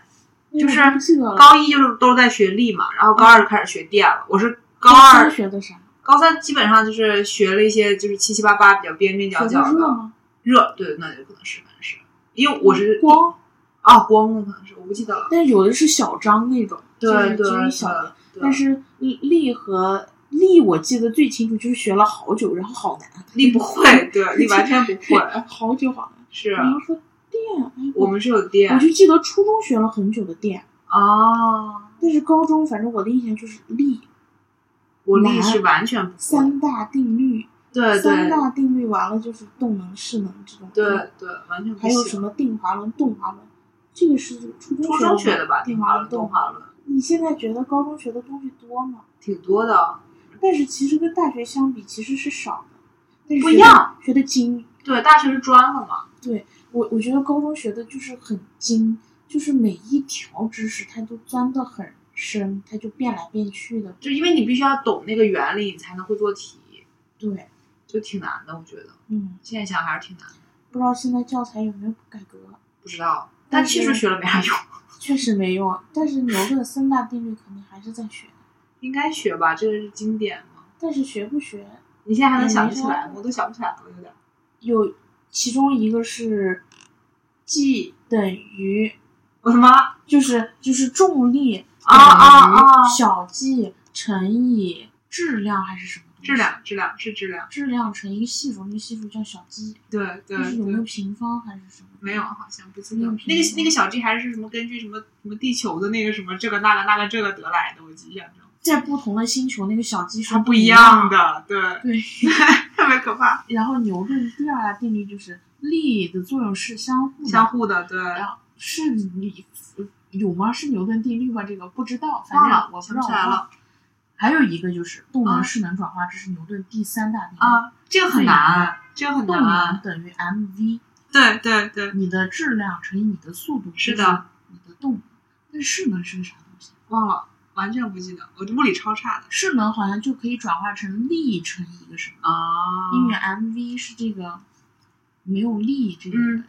就是我都不记得了。高一就是都是在学力嘛，然后高二就开始学电了，我是高三二学的啥？高三基本上就是学了一些就是七七八八比较边边角学角的热的吗？热，对，那有可能是，可能是，因为我是光。啊光的可能是，我不记得了。但是有的是小张那种，对就是就是对一小节，对，但是力和力我记得最清楚，就是学了好久，然后好难，力不会，对，力完全不 会，好久好难。是然后说电，哎，我们是有嗯我电就记得初中学了很久的电，啊，但是高中反正我的印象就是力我力是完全不会，三大定律，对三对大定律完了就是动能、势能这种，对，对，完全嗯不还有什行。么定滑轮、动滑轮，这个是初中初中学的的吗吧，定电滑滑轮、轮、动动滑滑轮。轮你现在觉得高中学的东西多吗？挺多的，但是其实跟大学相比，其实是少的。但是不一样，学的精。对，大学是专了嘛，我我觉得高中学的就是很精，就是每一条知识它都钻得很深，它就变来变去的。就因为你必须要懂那个原理，你才能会做题，对，就挺难的，我觉得。嗯，现在想还是挺难的，不知道现在教材有没有改革，不知道。但但是其实学了没啥用，确实没用啊。但是牛顿三大定律肯定还是在学的，应该学吧，这个是经典嘛。但是学不学，你现在还能嗯想没得起错来吗？我都想不起来了，有点。有其中一个是 G 等于 我他妈就是就是重力啊啊啊！ 小 g 乘以质量还是什么东西质量，质量是质量，质量乘一个系数，那个系数叫小 g，对对就是有没有对，平方还是什么？没有，好像不记得没有了。那个那个小 G 还是什么根据什么什么地球的那个什么这个那个那个这个得来的，我印象中在不同的星球那个小 g 是它不一样样。的，对，对， 特别可怕，然后牛顿第二大定律就是力的作用是相互的，相互的，对，然后是你有吗？是牛顿定律吗？这个不知道，反忘正了我不知想道。不起来我忘了还有一个就是动能啊势能转化，这是牛顿第三大定律。啊，这个很难，这个很动能难，等于 mv，对对对，你的质量乘以你的速度，是的，你的动能。但势能是个啥东西？忘了，完全不记得，我物理超差的势能好像就可以转化成力乘以一个什么，啊因为 mv 是这个没有力这个嗯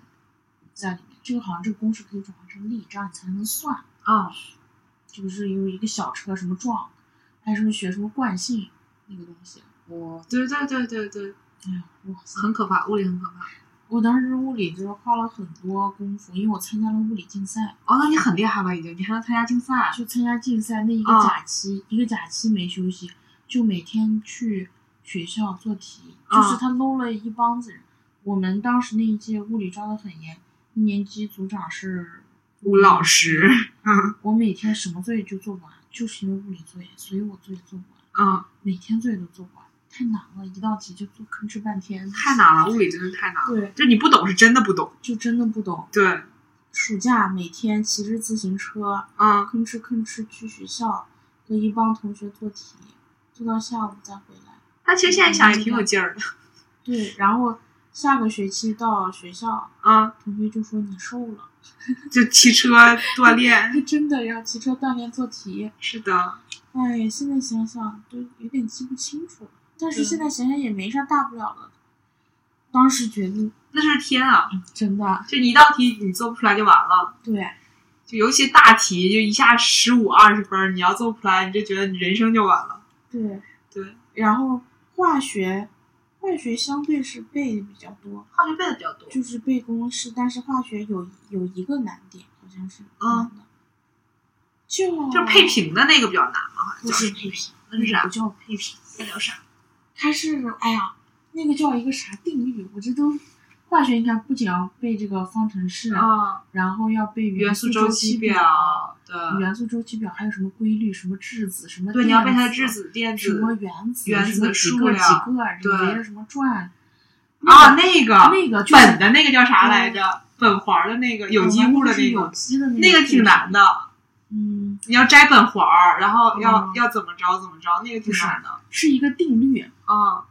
在里面，这个好像这个公式可以转化成力，这样你才能算。啊，这个是有一个小车什么撞，还有什么学什么惯性那个东西。我对对对对对，哎呀，哇塞！很可怕，物理很可怕。我当时物理就是花了很多功夫，因为我参加了物理竞赛，哦，那你很厉害了，已经，你还能参加竞赛？就参加竞赛那一个啊假期，一个假期没休息，就每天去学校做题，啊就是他搂了一帮子人。我们当时那一届物理抓得很严，一年级组长是吴老，师，我每天什么作业就做不完，就是因为物理作业，所以我作业做不完，嗯，每天作业都做不完，太难了，一道题就做吭哧半天，太难了，物理真的太难了。对，就你不懂是真的不懂。就真的不懂。对，暑假每天骑着自行车，嗯，吭哧吭哧去学校和一帮同学做题，做到下午再回来。他其实现在想也挺有劲儿的。对，然后下个学期到学校，啊，同学就说你瘦了， 就骑车锻炼。还真的要骑车锻炼做题。是的，哎呀，现在想想都有点记不清楚了，但是对现在想想也没啥大不了的。当时觉得那是天啊！真的就一道题你做不出来就完了，对，就尤其大题，就一下十五二十分儿，你要做不出来，你就觉得你人生就完了。对对，然后化学，化学相对是背的比较多，化学背的比较多。就是背公式，但是化学有有一个难点，好像是嗯难的，就就是配，平的那个比较难嘛，好像不叫是什么配平，那是啥不叫配平，那叫啥？它是哎呀，那个叫一个啥定律，我这都化学，你看不仅要背这个方程式，啊，然后要背元哦素素周期期表。对，元素周期表还有什么规律，什么质子，什么对，你要背它的电质子、电什子么原子，原什子么的几数个几量个，然后对围着什么转，啊，那个那个就是本的那个叫啥来着？本环的那个有机物的就是那有个，机的那个，那个挺难，的。嗯，你要摘本环儿，然后要、嗯要怎么着怎么着，那个挺难的是一个定律，啊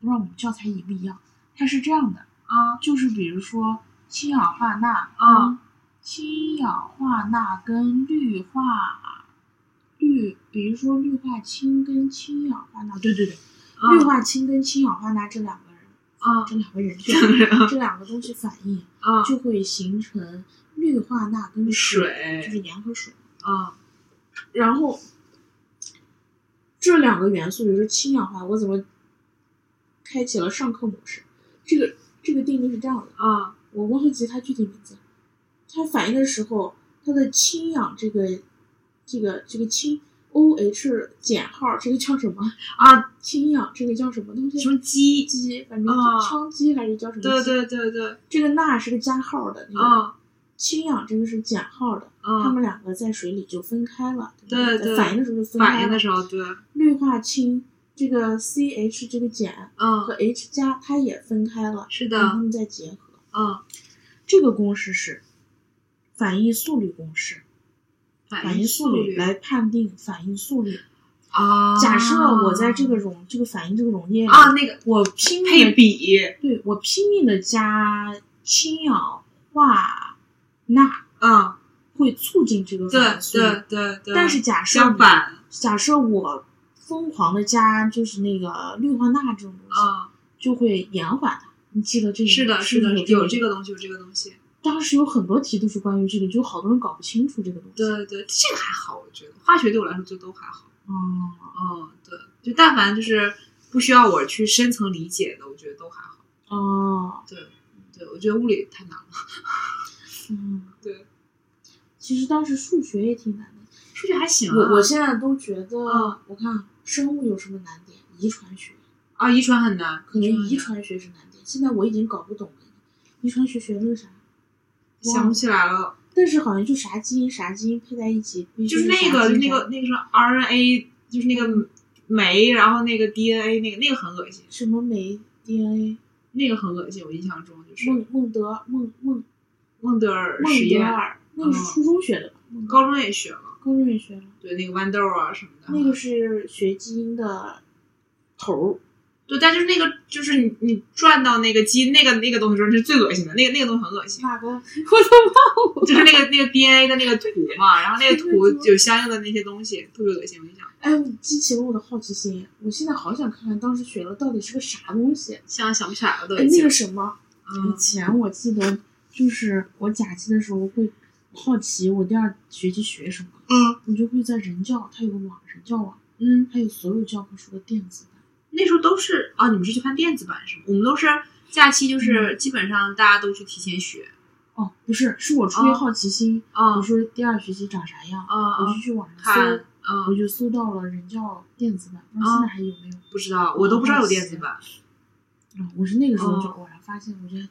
不知道我们教材一不一样。它是这样的，啊就是比如说氢氧化钠啊跟氢氧化钠跟氯化氯，比如说氯化氢跟氢氧化钠，对对对，嗯氯化氢跟氢氧化钠这两个人，啊这两个 人，人这两个东西反应啊就会形成氯化钠跟就水是盐和水。啊然后这两个元素，也就是氢氧化，我怎么开启了上课模式？这个这个定律是这样的，啊我忘记它具体名字了。它反应的时候，它的氢氧这个这个这个氢 OH 减号，这个叫什么？啊！氢氧这个叫什么东西？什么鸡？基？反正啊羟基还是叫什么基？对对对对，这个钠是个加号的，那个啊氢氧这个是减号的，它啊！们两个在水里就分开了。在对对反应的时候就分开了。反应的时候，对，氯化氢这个 CH 这个碱嗯和 H 加它也分开了，是然后它的，们再结合。嗯，这个公式是反应速率公式，反反应速率来判定反应速率。啊。假设我在这个溶这个反应这个溶液里，啊那个我拼命配的比，对我拼命的加氢氧化钠，嗯，会促进这个反对应嗯速对率。对对。但是假设相你反假设我疯狂的加就是那个氯化钠这种东西，啊，就会延缓它。你记得这个是的，是的，不有这个。东西，有这个东西。当时有很多题都是关于这个，就好多人搞不清楚这个东西。，对对，这个还好，我觉得化学对我来说就都还好。嗯，嗯，对，就但凡就是不需要我去深层理解的，我觉得都还好。哦，对，对，我觉得物理太难了。嗯，对。其实当时数学也挺难的，啊数学还行啊。我我现在都觉得，嗯我看生物有什么难点？遗传学，啊，遗传很难，可能遗很传难学是难点。现在我已经搞不懂了，遗传学学了个啥？想不起来了，但是好像就啥基因啥基因配在一起，必须就是那啥个基因那啥个那个什么 RNA，就是那个酶，然后那个 DNA，那个那个很恶心，什么酶 DNA，那个很恶心。我印象中就是孟孟德孟孟孟德尔孟实德验，尔，那个是嗯初中学的吧？孟德尔高中也学了，高中也学了，对那个豌豆啊什么的。那个是学基因的头儿。对，但就是那个就是你你转到那个基因那个那个东西中是最恶心的，那个那个东西很 恶心，哪个？我都忘了。就是那个那个 DNA 的那个图嘛，然后那 个图有相应的那些东西，特别恶心。我印象哎，我激起了我的好奇心，我现在好想看看当时学了到底是个啥东西。现在想不起来了都哎已，那经个。什么，以嗯前我记得就是我假期的时候会好奇我第二学期学什么，嗯我就会在人教，它有个网人教网，嗯。它有所有教科书的电子版。那时候都是啊，你们是去看电子版是吗？我们都是假嗯期，就是基本上大家都去提前学哦，不是，是我出于哦好奇心，啊我说第二学期长啥样，啊我啊就，去网上看搜，啊我，就搜到了人教电子版，不知道啊现在还有没有。不知道，我都不知道有电子版啊，我是那个时候就哦偶然发现，我觉得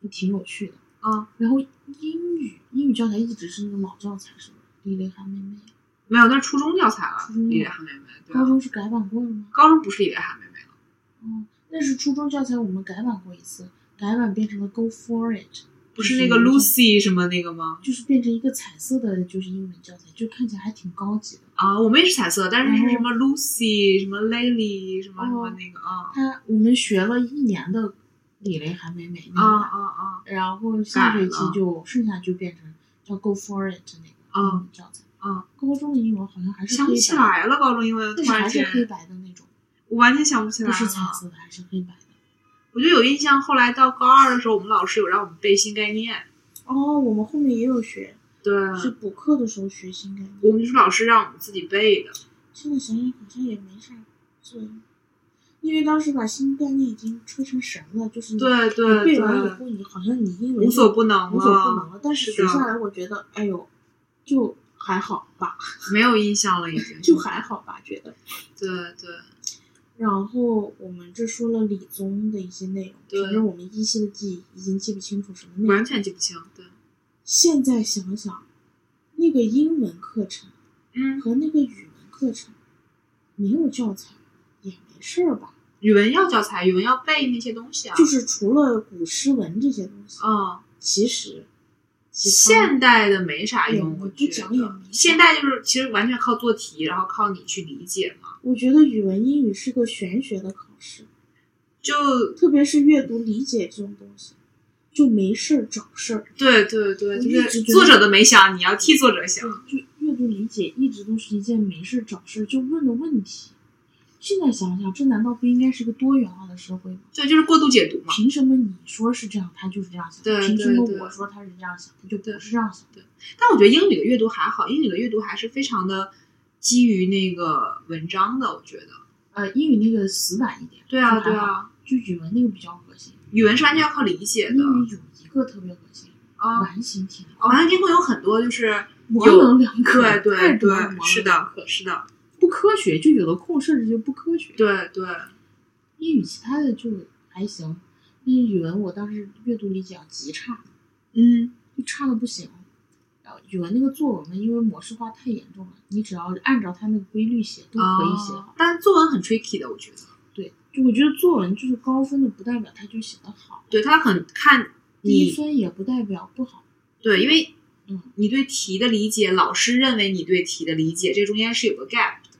也挺有趣的。啊，然后英语英语教材一直是那个老教材，是吧？李雷涵妹妹，没有，那是初中教材了初，中李磊涵妹妹，对高啊，中是改版过了吗？高中不是李磊涵妹妹了，嗯，那是初中教材，我们改版过一次，改版变成了 Go for it，不是那个就是 Lucy 什么那个吗？就是变成一个彩色的，就是英文教材，就看起来还挺高级的。啊，我们也是彩色，但是然后是什么 Lucy 什么 Lily 什么什嗯么哦那个啊他我们学了一年的李雷韩美美那啊个版，啊啊然后下学改期了就剩下就变成叫 Go for it 那个嗯英语教材。嗯，高中的英文好像还是想不黑起白，来了，高中英文但突是然还是间，黑白的那种，我完全想不起来不了。是彩色的，还是黑白的。我就有印象，后来到高二的时候，我们老师有让我们背新概念，哦，我们后面也有学，对，是补课的时候学新概念。我们是老师让我们自己背的。现在想想好像也没啥作用，因为当时把新概念已经吹成神了，就是你对嗯你对背完以对，后，你好像你英文就无所不能无所不能了，了。但是是学的下来，我觉得，哎呦，就还好吧，没有印象了已经。 就还好吧，觉得。对对，然后我们这说了理综的一些内容，对反正我们依稀的记忆已经记不清楚什么内容。完全记不清。对，现在想想，那个英文课程嗯，和那个语文课程没有教材也没事儿吧？语文要教材，语文要背那些东西啊。就是除了古诗文这些东西，嗯，其实其他现代的没啥用，也我不觉讲也得没。现代就是其实完全靠做题，然后靠你去理解嘛。我觉得语文、英语是个玄学的考试，就特别是阅读理解这种东西，就没事儿找事儿。对对对，我就一是直觉得嗯作者的没想，你要替作者想。就阅读理解一直都是一件没事找事就问的问题。现在想想，这难道不应该是个多元化的社会吗？对，就是过度解读嘛。凭什么你说是这样，他就是这样想？对凭什么对对我说他是这样想，他就不是这样想？但我觉得英语的阅读还好，英语的阅读还是非常的基于那个文章的，我觉得。呃，英语那个死板一点，对啊，就还对好，啊，就语文那个比较恶心。语文是完全要靠理解英的语有一个特别恶心，啊。完形填空，完了，天空有很多就是模有棱两可，对太对多了模棱两对，可，是的，是的，不科学，就有的空甚至就不科学。对对，英语其他的就还行，但是语文我当时阅读理解啊极差，嗯，就差的不行。然后语文那个作文呢，因为模式化太严重了，你只要按照它那个规律写，都可以写好。啊但作文很 tricky 的，我觉得，对，就我觉得作文就是高分的，不代表它就写得好，对它很看低你，分也不代表不好。对，因为嗯你对题的理解，老师认为你对题的理解，这中间是有个 gap 的。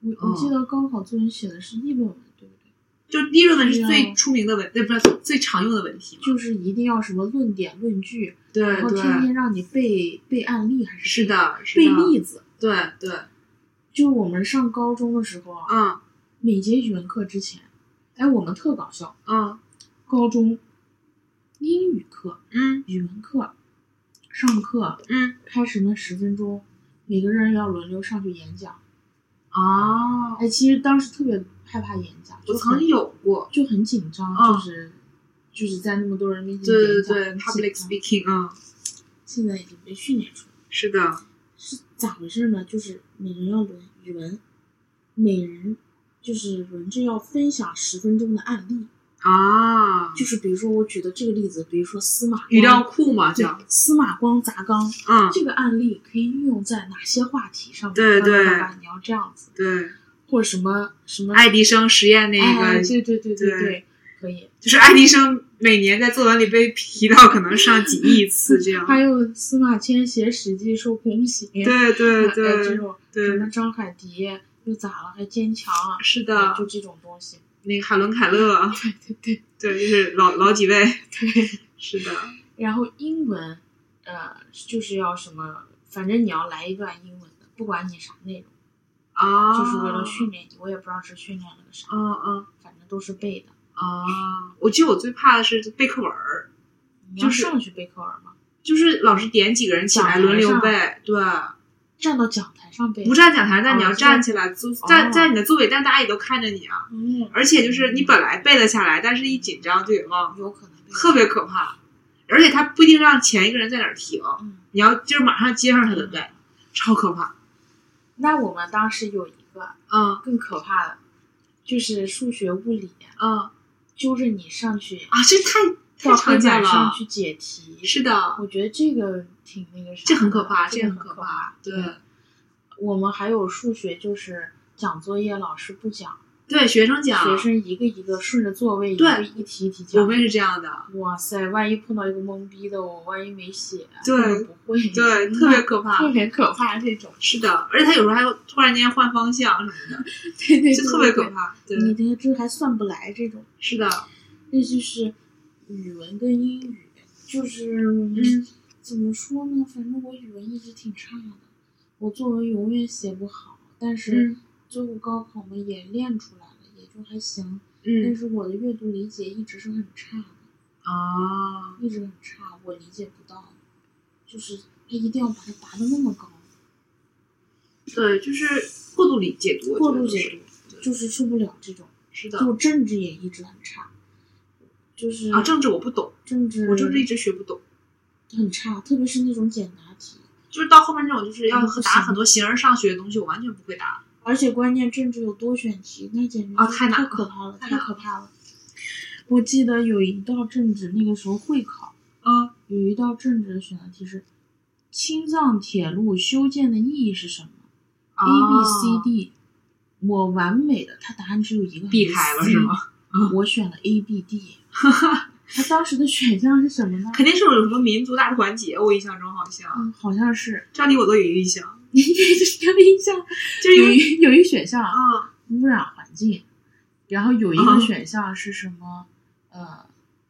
我我记得高考作文写的是议论文，对不对？就第一论文是哎最呀出名的文，呃对，不是最常用的文题嘛？就是一定要什么论点论据，对然后对，天天让你背背案例还是是的，是背的，例子。对对，就我们上高中的时候啊，嗯每节语文课之前，哎，我们特搞笑，嗯高中英语课、嗯语文课上课嗯开始那十分钟，每个人要轮流上去演讲。哦，哎，其实当时特别害怕演讲，我就曾经很有过，就很紧张，嗯就是就是在那么多人面前对对演讲，对很，public 紧张。 speaking，嗯，现在已经被训练出来了，是的，是咋回事呢？就是每人要轮语文，每人就是轮着要分享十分钟的案例。啊，就是比如说我举的这个例子，比如说司马光语料库嘛，对叫，司马光砸缸嗯，这个案例可以运用在哪些话题上面？对叭叭对叭叭你要这样子，对，或者什么什么爱迪生实验那哎个，对对对对对对，可以。就是爱迪生每年在作文里被提到可能上几亿次这样，还有司马迁写《史记》受恭喜，对对哎这对种什么对，张海迪又咋了还坚强啊，是哎的，就这种东西。那个海伦凯勒，啊对对对 对，就是老老几位，对。是的，然后英文，呃，就是要什么，反正你要来一段英文的，不管你啥内容，啊，就是为了训练你。我也不知道是训练了个啥，嗯嗯反正都是背的。啊，我记得我最怕的是背课文儿。你要就是上去背课文吗？就是老师点几个人起讲来台轮流上背，对，站到讲台上背，不站讲台，但你哦要是站起来，坐站哦在你的座位，但大家也都看着你啊。嗯，而且就是你本来背了下来，但是一紧张就给忘了，有可能被特别可怕。而且他不一定让前一个人在哪儿停，嗯。你要就是马上接上他的背，超可怕。那我们当时有一个嗯更可怕的，就是数学、物理嗯揪着你上去啊，这太到太常黑见板了上。去解题，是的，我觉得这个挺那个啥的，这很可怕，这这个个很可嗯可怕。对我们还有数学，就是讲作业，老师不讲，对，学生讲，学生一个一个顺着座位，一对一题一题我讲。嗯们也是这样的，哇塞，万一碰到一个懵逼的，我万一没写，对或者不会，对，那特别可怕嗯特。别可怕这种。是的，而且他有时候还会突然间换方向什么的。对对，就特别对嗯可。怕。对你的这还算不来这种，是的，那就是语文跟英语，就是、嗯怎么说呢？反正我语文一直挺差的，我作文永远写不好，但嗯是最后高考嘛也练出来了，也就还行。但嗯是我的阅读理解一直是很差的，啊，一直很差，我理解不到，就是他一定要把它拔得那么高，对，就是过度理解读，我觉过得度是解读就是受不了这种。是的就政治也一直很差，就是啊，政治我不懂，政治我政治一直学不懂，很差，特别是那种简答题。就是到后面这种就是要嗯不答行很多形而上学的东西，我完全不会答。而且关键政治有多选题，那简直啊是太难了可怕了，太太难可怕了。我记得有一道政治，那个时候会考，嗯，有一道政治的选择题是：青藏铁路修建的意义是什么、a 啊 B C D。我完美的，它答案只有一个，避开了是吗？嗯 C？我选了 A B D。它当时的选项是什么呢？肯定是有什么民族大团结，我印象中好像，嗯，好像是 这样离我都有印象，你这个印象就是因有为一有一选项啊啊，污染环境，然后有一个嗯选项是什么？呃，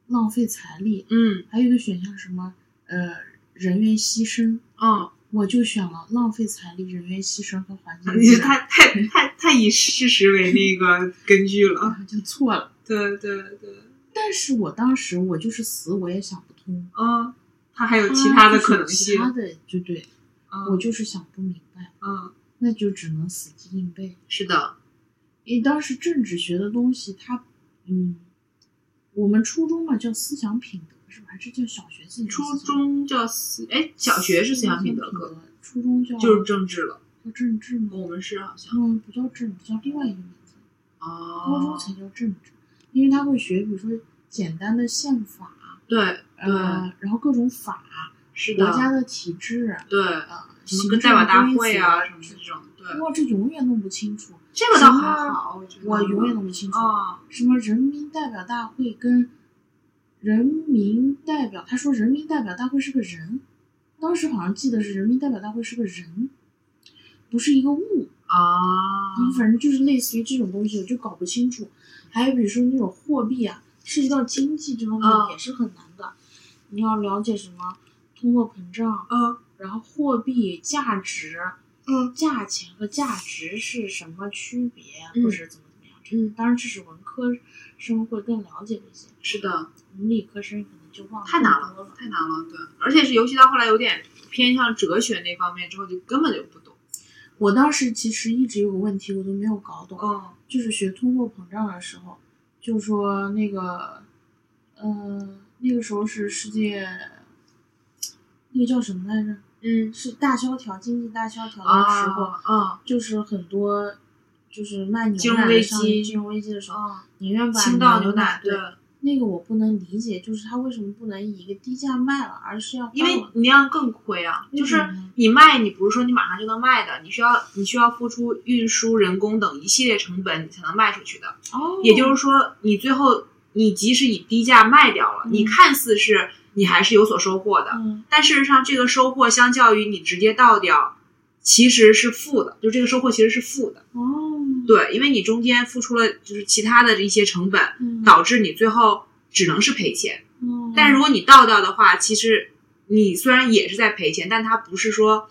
浪费财力，嗯还有一个选项是什么？呃，人员牺牲。嗯，我就选了浪费财力、人员牺牲和环境你污就染，太太太太以事实为那个根据然了，后就错了。 对对对，但是我当时我就是死我也想不通，啊嗯，他还有其他的可能其他性，的就对我嗯就是想不明白，嗯，那就只能死记硬背。是的，因为当时政治学的东西，它，嗯，我们初中嘛叫思想品德是吧？还是叫小学自己初中叫思，哎，小学是思想嗯品德课，，初中叫就是政治了，叫政治吗？我们是好像，嗯，不叫政治，叫另外一个名字，高中哦，才叫政治，因为他会学，比如说简单的宪法，对对，呃，然后各种法，是国的，家的体制，对，呃，什么行跟代政表大规会则啊什么这种，对，哇，这永远弄不清楚，这个倒还好，我觉得我永远弄不清楚。啊，什么人民代表大会跟人民代表，他说人民代表大会是个人，当时好像记得是人民代表大会是个人，不是一个物，啊，反正就是类似于这种东西，我就搞不清楚。还有比如说那种货币啊，涉及到经济这方面啊也是很难的，你要了解什么通货膨胀，嗯然后货币价值，嗯，价钱和价值是什么区别，嗯或者怎么怎么样？嗯，当然这是文科生会更了解这些，是的，我们理科生可能就忘得太难更多了了，。太难了，对，而且是尤其到后来有点偏向哲学那方面之后，就根本就不懂，我当时其实一直有个问题，我都没有搞懂，嗯就是学通货膨胀的时候，就说那个，呃，那个时候是世界，那个叫什么来着？嗯是大萧条，经济大萧条的时候，啊，嗯就是很多。就是卖牛金融奶的危商机人金融危机的时候，嗯，宁愿把青岛牛奶奶，对，那个我不能理解，就是他为什么不能以一个低价卖了，而是要因高为了你那样更亏啊，为就什是么呢你卖，你不是说你马上就能卖的，你需要你需要付出运输、人工等一系列成本，你才能卖出去的。哦，也就是说，你最后你即使以低价卖掉了，嗯你看似是你还是有所收获的，嗯但事实上这个收获相较于你直接倒掉，其实是负的，就这个收获其实是负的。哦，对，因为你中间付出了就是其他的一些成本，嗯，导致你最后只能是赔钱。嗯，但如果你倒掉的话，其实你虽然也是在赔钱，但它不是说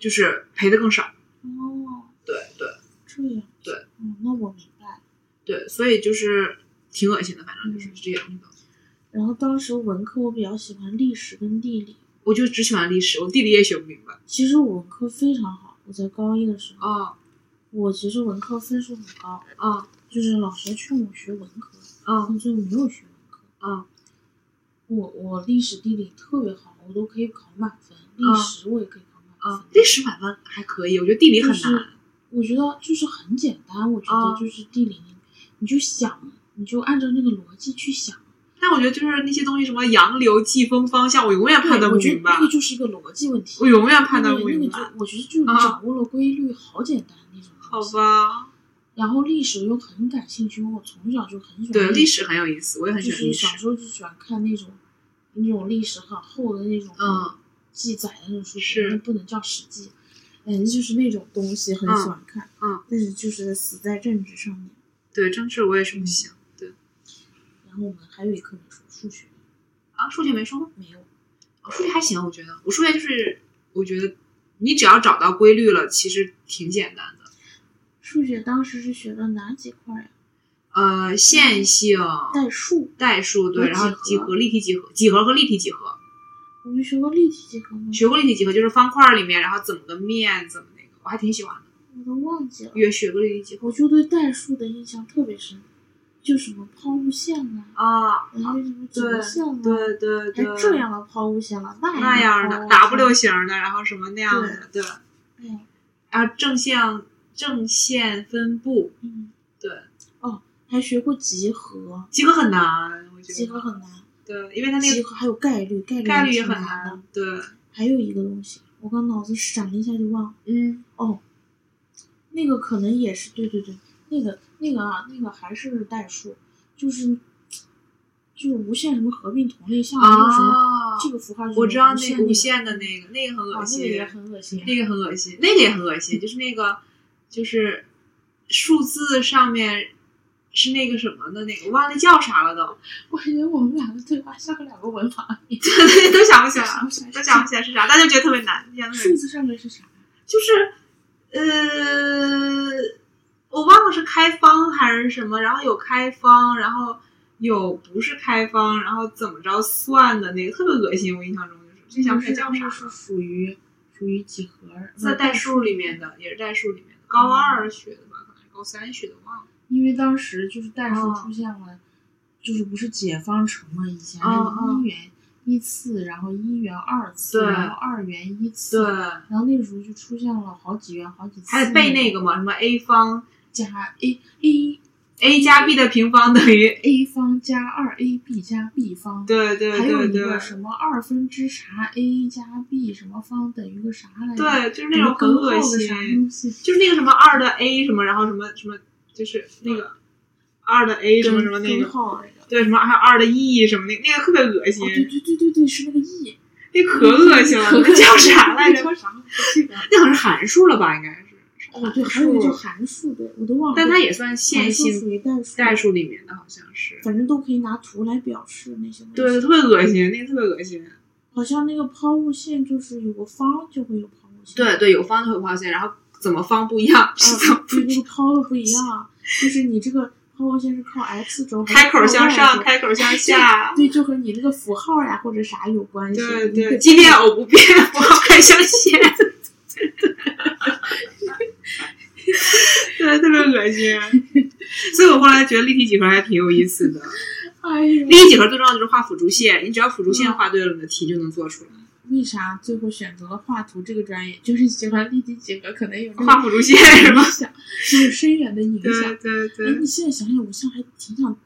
就是赔的更少。哦，对对这样，对，嗯，那我明白了。对，所以就是挺恶心的，反正就是嗯这些东西都。然后当时文科我比较喜欢历史跟地理，我就只喜欢历史，我地理也学不明白。其实我文科非常好，我在高一的时候，哦我其实文科分数很高，哦就是老师劝我学文科，哦但最后没有学文科。哦啊我我历史地理特别好，我都可以考满分，历史我也可以考满哦分，，啊历史满分还可以，我觉得地理很就是难。我觉得就是很简单，我觉得啊就是地理，你就想，你就按照那个逻辑去想。但我觉得就是那些东西，什么洋流、季风、方向，我永远判对，断我不觉得明白哎那。个就是一个逻辑问题。我永远判那断个不那个明就白。我觉得就是啊掌握了规律，好简单那种好东西。吧，然后历史我又很感兴趣，因为我从小就很喜欢对历史很有意思，我也嗯很就喜欢是历小史。时候就喜欢看那种那种历史很厚的那种嗯记载的那种书，是那不能叫史记，反正就是那种东西很喜欢看。嗯嗯，但是就是死在政治上面。对政治我也是不行。对，然后我们还有一科没说数学，嗯啊，数学没说吗？没有，哦数学还行，我觉得我数学就是我觉得你只要找到规律了，其实挺简单的。数学当时是学的哪几块呀？呃，线性、代数，代数对，和然后几何几何、立体几何、几何和立体几何，我们学过立体几何吗？学过立体几何就是方块里面，然后怎么个面怎么那个，我还挺喜欢的。我都忘记了。也学过立体几何我就对代数的印象特别深，就什么抛物线啊，啊，然后什么折对线啊，对对对，还这样的抛物线了，那样样的打 W 型的，然后什么那样的对，哎呀，然后正向正线分布嗯，对，还学过集合，几何很难，我觉得集合很难，对，因为它那集个合还有概率，概率概率也也挺很难的。难，对，还有一个东西，我刚脑子闪了一下就忘了。嗯，哦，那个可能也是，对对对，那个那个啊，那个还是代数，就是就是无限什么合并同类项，还有什么啊，这个符号就是我知道那个无无限限那的个那个，那个很啊恶那个也心，很恶心。那个很恶心，那个也很恶心，就是那个就是数字上面是那个什么的那个，我忘了叫啥了都，我觉得我们两个对话像两个文盲， 都想不起来了想不起来都想不起来是啥，啊但就觉得特别难，印象特别数字上面是啥？就是，呃，我忘了是开方还是什么，然后有开方，然后有不是开方，然后怎么着算的那个特别恶心，我印象中就是，就想不起来叫那啥个了是。属于属于几何，嗯在代数里面的，也是代数里面的，高二学的吧，可能是高三学的，忘了。因为当时就是代数哦出现了，就是不是解方程嘛？以前是哦哦一元一次，然后一元二次，对然后二元一次，对，然后那个时候就出现了好几元好几次，还得背那个嘛，什么 a 方加 a a a 加 b 的平方等于， a 方加二 a b 加 b 方，对对还有对一对个，什么二分之啥 a 加 b 什么方等于个啥来着？对，就是什那么种很根号恶个心啥。东西？就是那个什么二的 a 什么，然后什么什么，就是那个二的 a 什么什么那根个，号来着？哦，嗯对，什么还有二的 e 什么那那个特别恶心，对对对对对，是那个 e。那可恶心了，那叫啥来 着？叫啥？这个那好像是函数了吧，应该是。哦，对，还有一个叫函数，对我都忘了。但它也算线函数属性于代数，代数里面的，好像是。反正都可以拿图来表示那些东西。对，特别恶心，那个特别恶心。好像那个抛物线就是有个方就会有抛物线。啊对对，有方就会抛线，然后怎么方不一样，是怎么嗯，对，那个抛的不一样， 就是你这个抛物线是靠 x 轴和 开口向上， y 轴开口向下。对，就和你那个符号呀或者啥有关系。对你得对，即便偶不变， 我还相信。对，特别恶心。 所以我后来觉得立体几何还挺有意思的。哎呦立，体几何最重要的就是画辅助线，你只要辅助线画对了，你的题就能做出来。为啥最后选择了画图这个专业？就是喜欢立体几何，可能有这画个辅助线是影吧？响，有深远的影响嗯哎，对。对对你，现在想想，我现在还挺想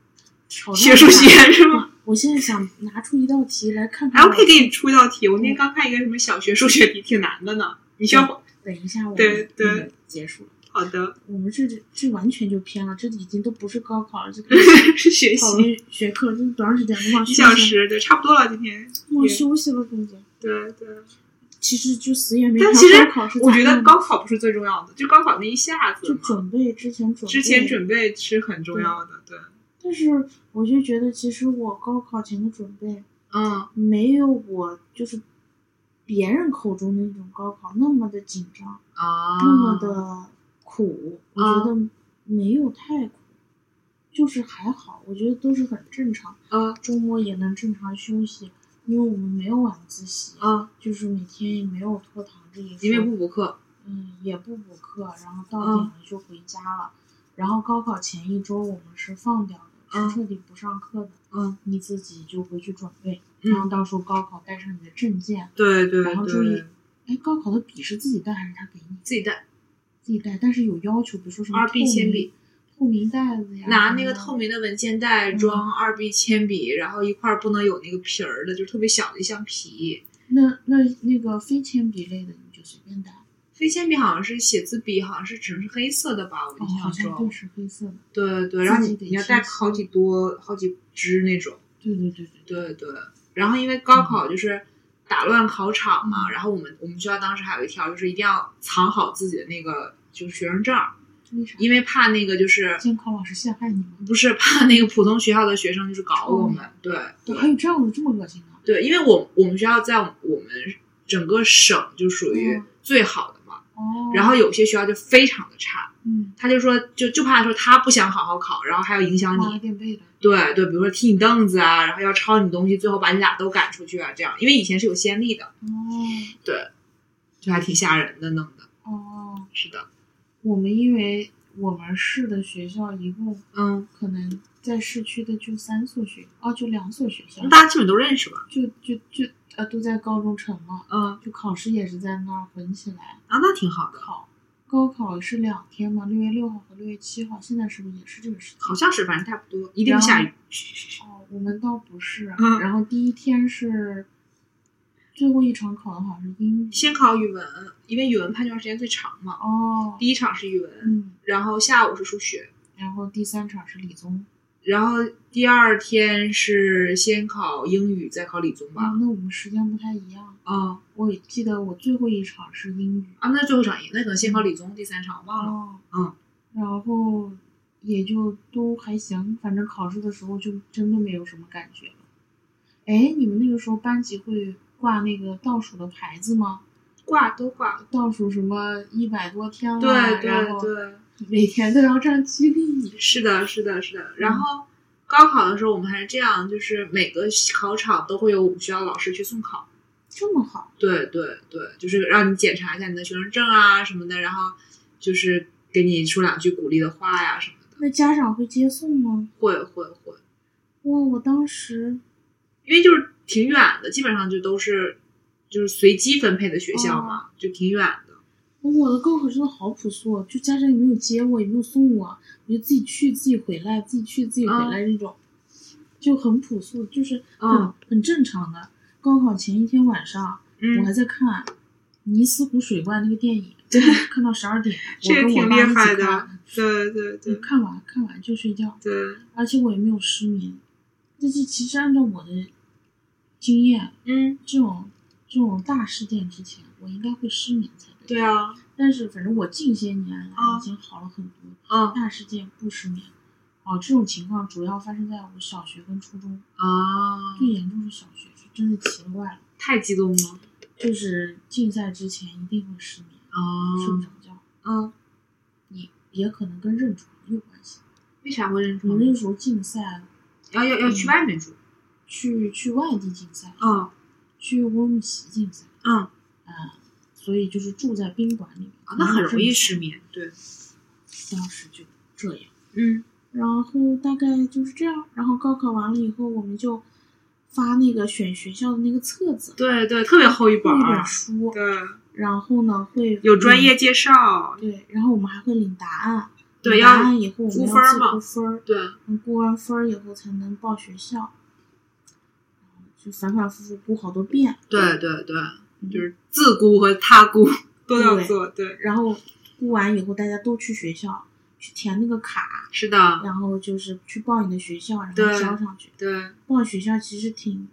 挑战 学数一下学是吗？我现在想拿出一道题来看哎，看。我可以给你出一道题。我那天刚看一个什么小学数学题，挺难的呢。你需要等一下我们对对那个结束了。好的， 我们这这完全就偏了，这已经都不是高考了，这 是学讨习论学科，这多长时间了？忘一休小息了，时，对，差不多了。今天，忘休息了，中间。对对。其实就死也没但看其实高考是咋我觉得样的高考不是最重要的，就高考那一下子就嘛准备之前准备之前，准备是很重要的，对，但是我就觉得，其实我高考前的准备嗯，没有我就是别人口中的那种高考那么的紧张。啊那么的苦，我觉得没有太苦，就是还好，我觉得都是很正常。啊周末也能正常休息，因为我们没有晚自习，啊，就是每天也没有拖堂这一因为不啊说，补课，嗯，也不补课，然后到点了就回家了。然后高考前一周我们是放掉的，嗯是彻底不上课的，嗯，你自己就回去准备，嗯然后到时候高考带上你的证件，对对然后注意对，，哎，高考的笔是自己带还是他给你？自己带，自己带，但是有要求，比如说什么二 B 透明铅笔、透明袋子呀，拿什那个么透明的文件袋嗯装二 B 铅笔，然后一块儿不能有那个皮儿的，就是特别小的一橡皮。那那那个非铅笔类的你就随便带，非铅笔好像是写字笔，好像是只能是黑色的吧，我哦，印好象像对中。是黑色的，对对，然后自你己得你要带清洗好几多好几支那种。对对对对对对，然后因为高嗯考就是打乱考场嘛，然后我们我们学校当时还有一条就是一定要藏好自己的那个就是学生证儿，为啥？因为怕那个就是监考老师陷害你们？不是怕那个普通学校的学生就是搞我们，对对哦还有这样的这么恶心的？对，因为我我们学校在我们整个省就属于嗯最好的嘛，哦然后有些学校就非常的差，嗯，他就说就就怕说他不想好好考，然后还要影响妈你，垫背的，对对，比如说踢你凳子啊，然后要抄你东西，最后把你俩都赶出去啊，这样，因为以前是有先例的， 哦就还挺吓人的，弄的，哦，是的，我们因为我们市的学校一共嗯，可能在市区的就三所学，哦，就两所学校，大家基本都认识吧，就就就呃都在高中城嘛，嗯，就考试也是在那儿混起来啊，那挺好的，考。高考是两天嘛，六月六号和六月七号，现在是不是也是这个时间？好像是，反正差不多，一定不下雨，哦，我们倒不是。嗯然后第一天是最后一场考的好像是英语。先考语文，因为语文判卷时间最长嘛，哦，第一场是语文，嗯，然后下午是数学，然后第三场是理综。然后第二天是先考英语，再考理综吧，啊，那我们时间不太一样。啊我记得我最后一场是英语。啊，那最后一场也，那可能先考理综，第三场我忘了，哦，嗯，然后也就都还行，反正考试的时候就真的没有什么感觉了。哎，你们那个时候班级会挂那个倒数的牌子吗？挂都挂了，倒数什么一百多天了，对然对后对。每天都要这样激励你。是的，是的，是的。然后高考的时候，我们还是这样，就是每个考场都会有我们学校老师去送考。这么好，对对对，就是让你检查一下你的学生证啊什么的，然后就是给你说两句鼓励的话呀什么的。那家长会接送吗？会会会，哇，我当时因为就是挺远的，基本上就都是就是随机分配的学校嘛，就挺远的。我的高考真的好朴素，啊就家长也没有接我，也没有送我，我就自己去，自己回来，自己去，自己回来这种，就很朴素，就是很、嗯很正常的。高考前一天晚上，我还嗯，在看《尼斯湖水怪》那个电影，看到十二点，我这个跟我挺妈厉一起害看的。对对嗯对看完看完就睡觉，对，而且我也没有失眠。但是其实按照我的经验，嗯，这种这种大事件之前，我应该会失眠才对。对啊，但是反正我近些年来啊已经好了很多，嗯大事件不失眠。哦，这种情况主要发生在我小学跟初中，啊，最严重是小学，是真的奇了怪了，太激动了就是竞赛之前一定会失眠，啊，睡不着觉，嗯，也也可能跟认床有关系。为啥会认我床们呢？那时候竞赛，要要要去外面住。去去外地竞赛，嗯去乌鲁木齐竞赛，嗯，啊、所以就是住在宾馆里面，啊，那很容易失睡。眠。对，当时就这样。嗯然后大概就是这样。然后高考完了以后，我们就发那个选学校的那个册子，对对，特别厚一本一本儿，书，对，然后呢会有专业介绍，对，然后我们还会领答案，对领要答案以后我们估分儿要自嘛估分儿，对，嗯估完分儿以后才能报学校，就反反复复估好多遍，对对对，嗯就是自估和他估都要对做，对，然后估完以后大家都去学校去填那个卡，是的，然后就是去报你的学校，然后对交上去。对，报学校其实挺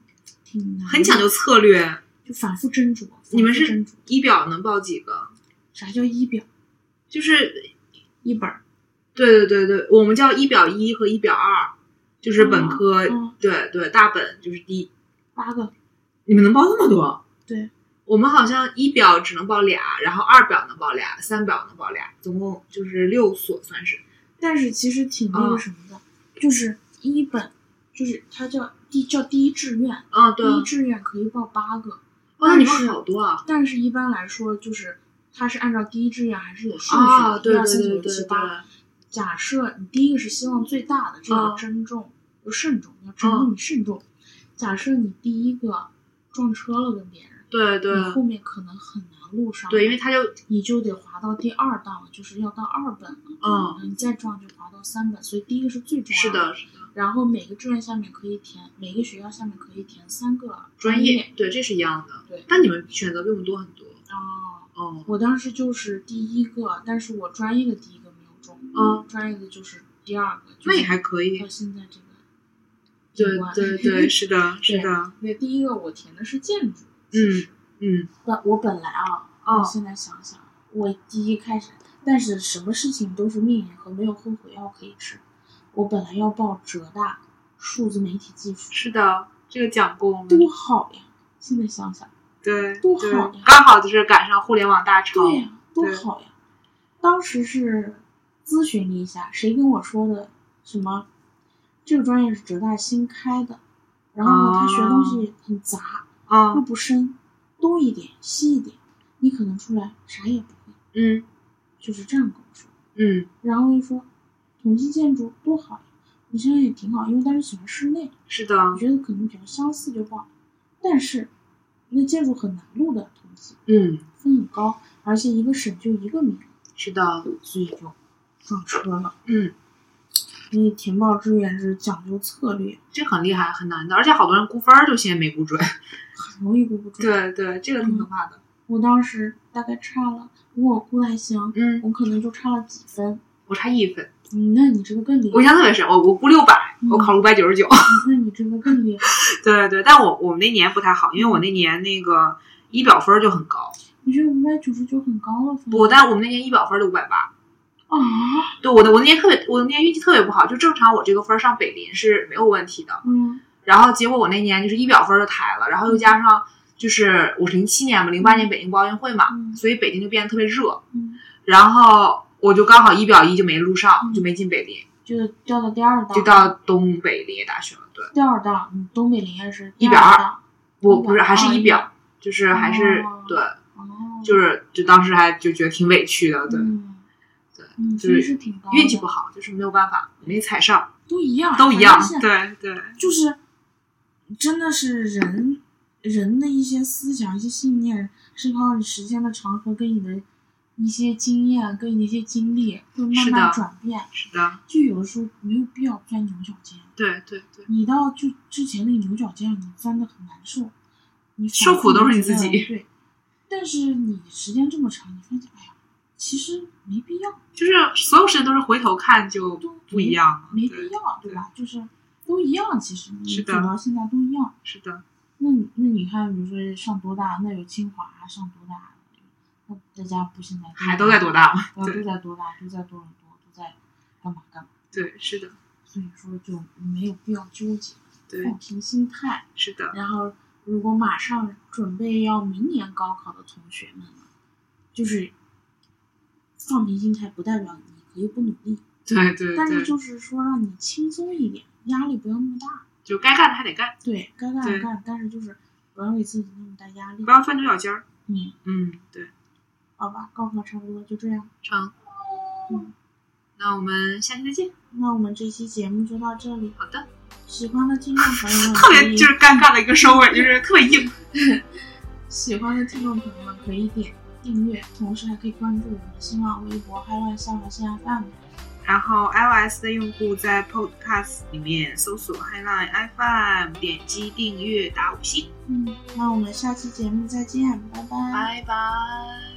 挺难，很讲究策略。就反复斟酌。你们反是复斟酌一表能报几个？啥叫一表就是，一本儿？对对对对，我们叫一表一和一表二，就是本科，嗯对对，大本就是第，八个，你们能报那么多？对。我们好像一表只能报俩，然后二表能报俩，三表能报俩，总共就是六所算是。但是其实挺那个嗯什么的，就是一本，就是它叫第叫第一志愿，啊，对第一啊，志愿可以报八个，哇，你们但是好多啊！但是一般来说就是它是按照第一志愿还是有顺序啊，的，对一对二三四对五对六七对，八。假设你第一个是希望最大的，这嗯个珍重，要慎重，要慎啊重，你慎重。假设你第一个撞车了跟别人。对对你后面可能很难录上，对，因为他就你就得滑到第二档了，就是要到二本了，嗯，你再撞就滑到三本，所以第一个是最重要是的，是的，然后每个志愿下面可以填，每个学校下面可以填三个专业业对，这是一样的。对但你们选择比我们多很多。啊、哦，我当时就是第一个，但是我专业的第一个没有中，嗯，专业的就是第二个，就是那也还可以到。现在这个对情况对 对，是的，是对的，对，第一个我填的是建筑，嗯嗯本我本来啊，哦我现在想想，我第一开始但是什么事情都是命运和没有后悔药可以治。我本来要报浙大数字媒体技术，是的，这个讲过我们多好呀！现在想想，对多对好呀刚好就是赶上互联网大潮，对呀、多对好呀！当时是咨询了一下，谁跟我说的什么？这个专业是浙大新开的，然后呢，他学东西很杂，啊又不深，东一点西一点，你可能出来啥也不会，嗯就是这样跟我说。嗯，然后一说统计建筑多好呀，我想想也挺好，因为当时喜欢室内，是的，我觉得可能比较相似就报。但是那建筑很难录的统计嗯分很高，而且一个省就一个名，是的，所以就撞车了。嗯，因为填报志愿是讲究策略，这很厉害，很难的，而且好多人估分儿就现在没估准，很容易估不准。， 对对，这个挺可怕的，我当时大概差了，如果我估的还行，嗯，我可能就差了几分。我差一分，嗯，嗯那你这个更厉害我印，象特别深，我我估六百，我考了五百九十九，那你这个更厉害。对对，但我我们那年不太好，因为嗯我那年那个仪表分儿就很高，我觉得五百九十九很高了，分不，但我们那年仪表分儿就五百八，啊，对，我的我那年特别，我那年运气特别不好，就正常我这个分儿上北林是没有问题的，嗯然后结果我那年就是仪表分儿就抬了，然后又加上就是我是零七年嘛，零八年北京国奥运会嘛，嗯所以北京就变得特别热，嗯，然后我就刚好仪表一就没录上，嗯就没进北林，就调到第二档，就到东北林业大学了。对，第二档，嗯，东北林业是第一百二二档，我不是120还是仪表，就是还是、哦对，哦，就是就当时还就觉得挺委屈的，对，嗯，对嗯，就分是是挺高的，运气不好，就是没有办法没踩上，都一样，都一样反，正对对，哦是就是真的是人人的一些思想、一些信念，是靠你时间的长河跟你的一些经验、跟你的一些经历，会慢是慢的转变。是的，就有的时候没有必要钻牛角尖，对对对，你到就之前那个牛角尖，你钻的很难受，你反受苦复都是觉你自得己对，但是你时间这么长，你发现哎呀，其实没必要，就是所有事情都是回头看就都不一样了，没对必要，对吧？就是都一样，其实你是走的到现在都一样。是的，那你那你看，比如说上多大，那有清华啊上多大，那大家不现在还都在多大嘛，呃，对都在多大，都在多伦多，都在干嘛干嘛，对，是的，所以说就没有必要纠结，对，放平心态。是的，然后，如果马上准备要明年高考的同学们呢，就是放平心态，不代表你可以不努力，对对但是对，就是说让你轻松一点，压力不要那么大。就该干的还得干，对，该干的对干，但是就是不要给自己那么大压力不。要钻牛角尖儿，嗯，嗯，对，好吧，高考差不多就这样。成嗯，那我们下期再见，那我们这期节目就到这里，好的，喜欢的听众朋友 们特可别以，就是尴尬的一个收尾，就是特别硬，喜欢的听众朋友们可以点订阅，同时还可以关注我们的新浪微博“嗨乱下划线 FM”。然后 iOS 的用户在 Podcast 里面搜索 Highline FM，点击订阅打五星，嗯，那我们下期节目再见，拜拜。拜拜。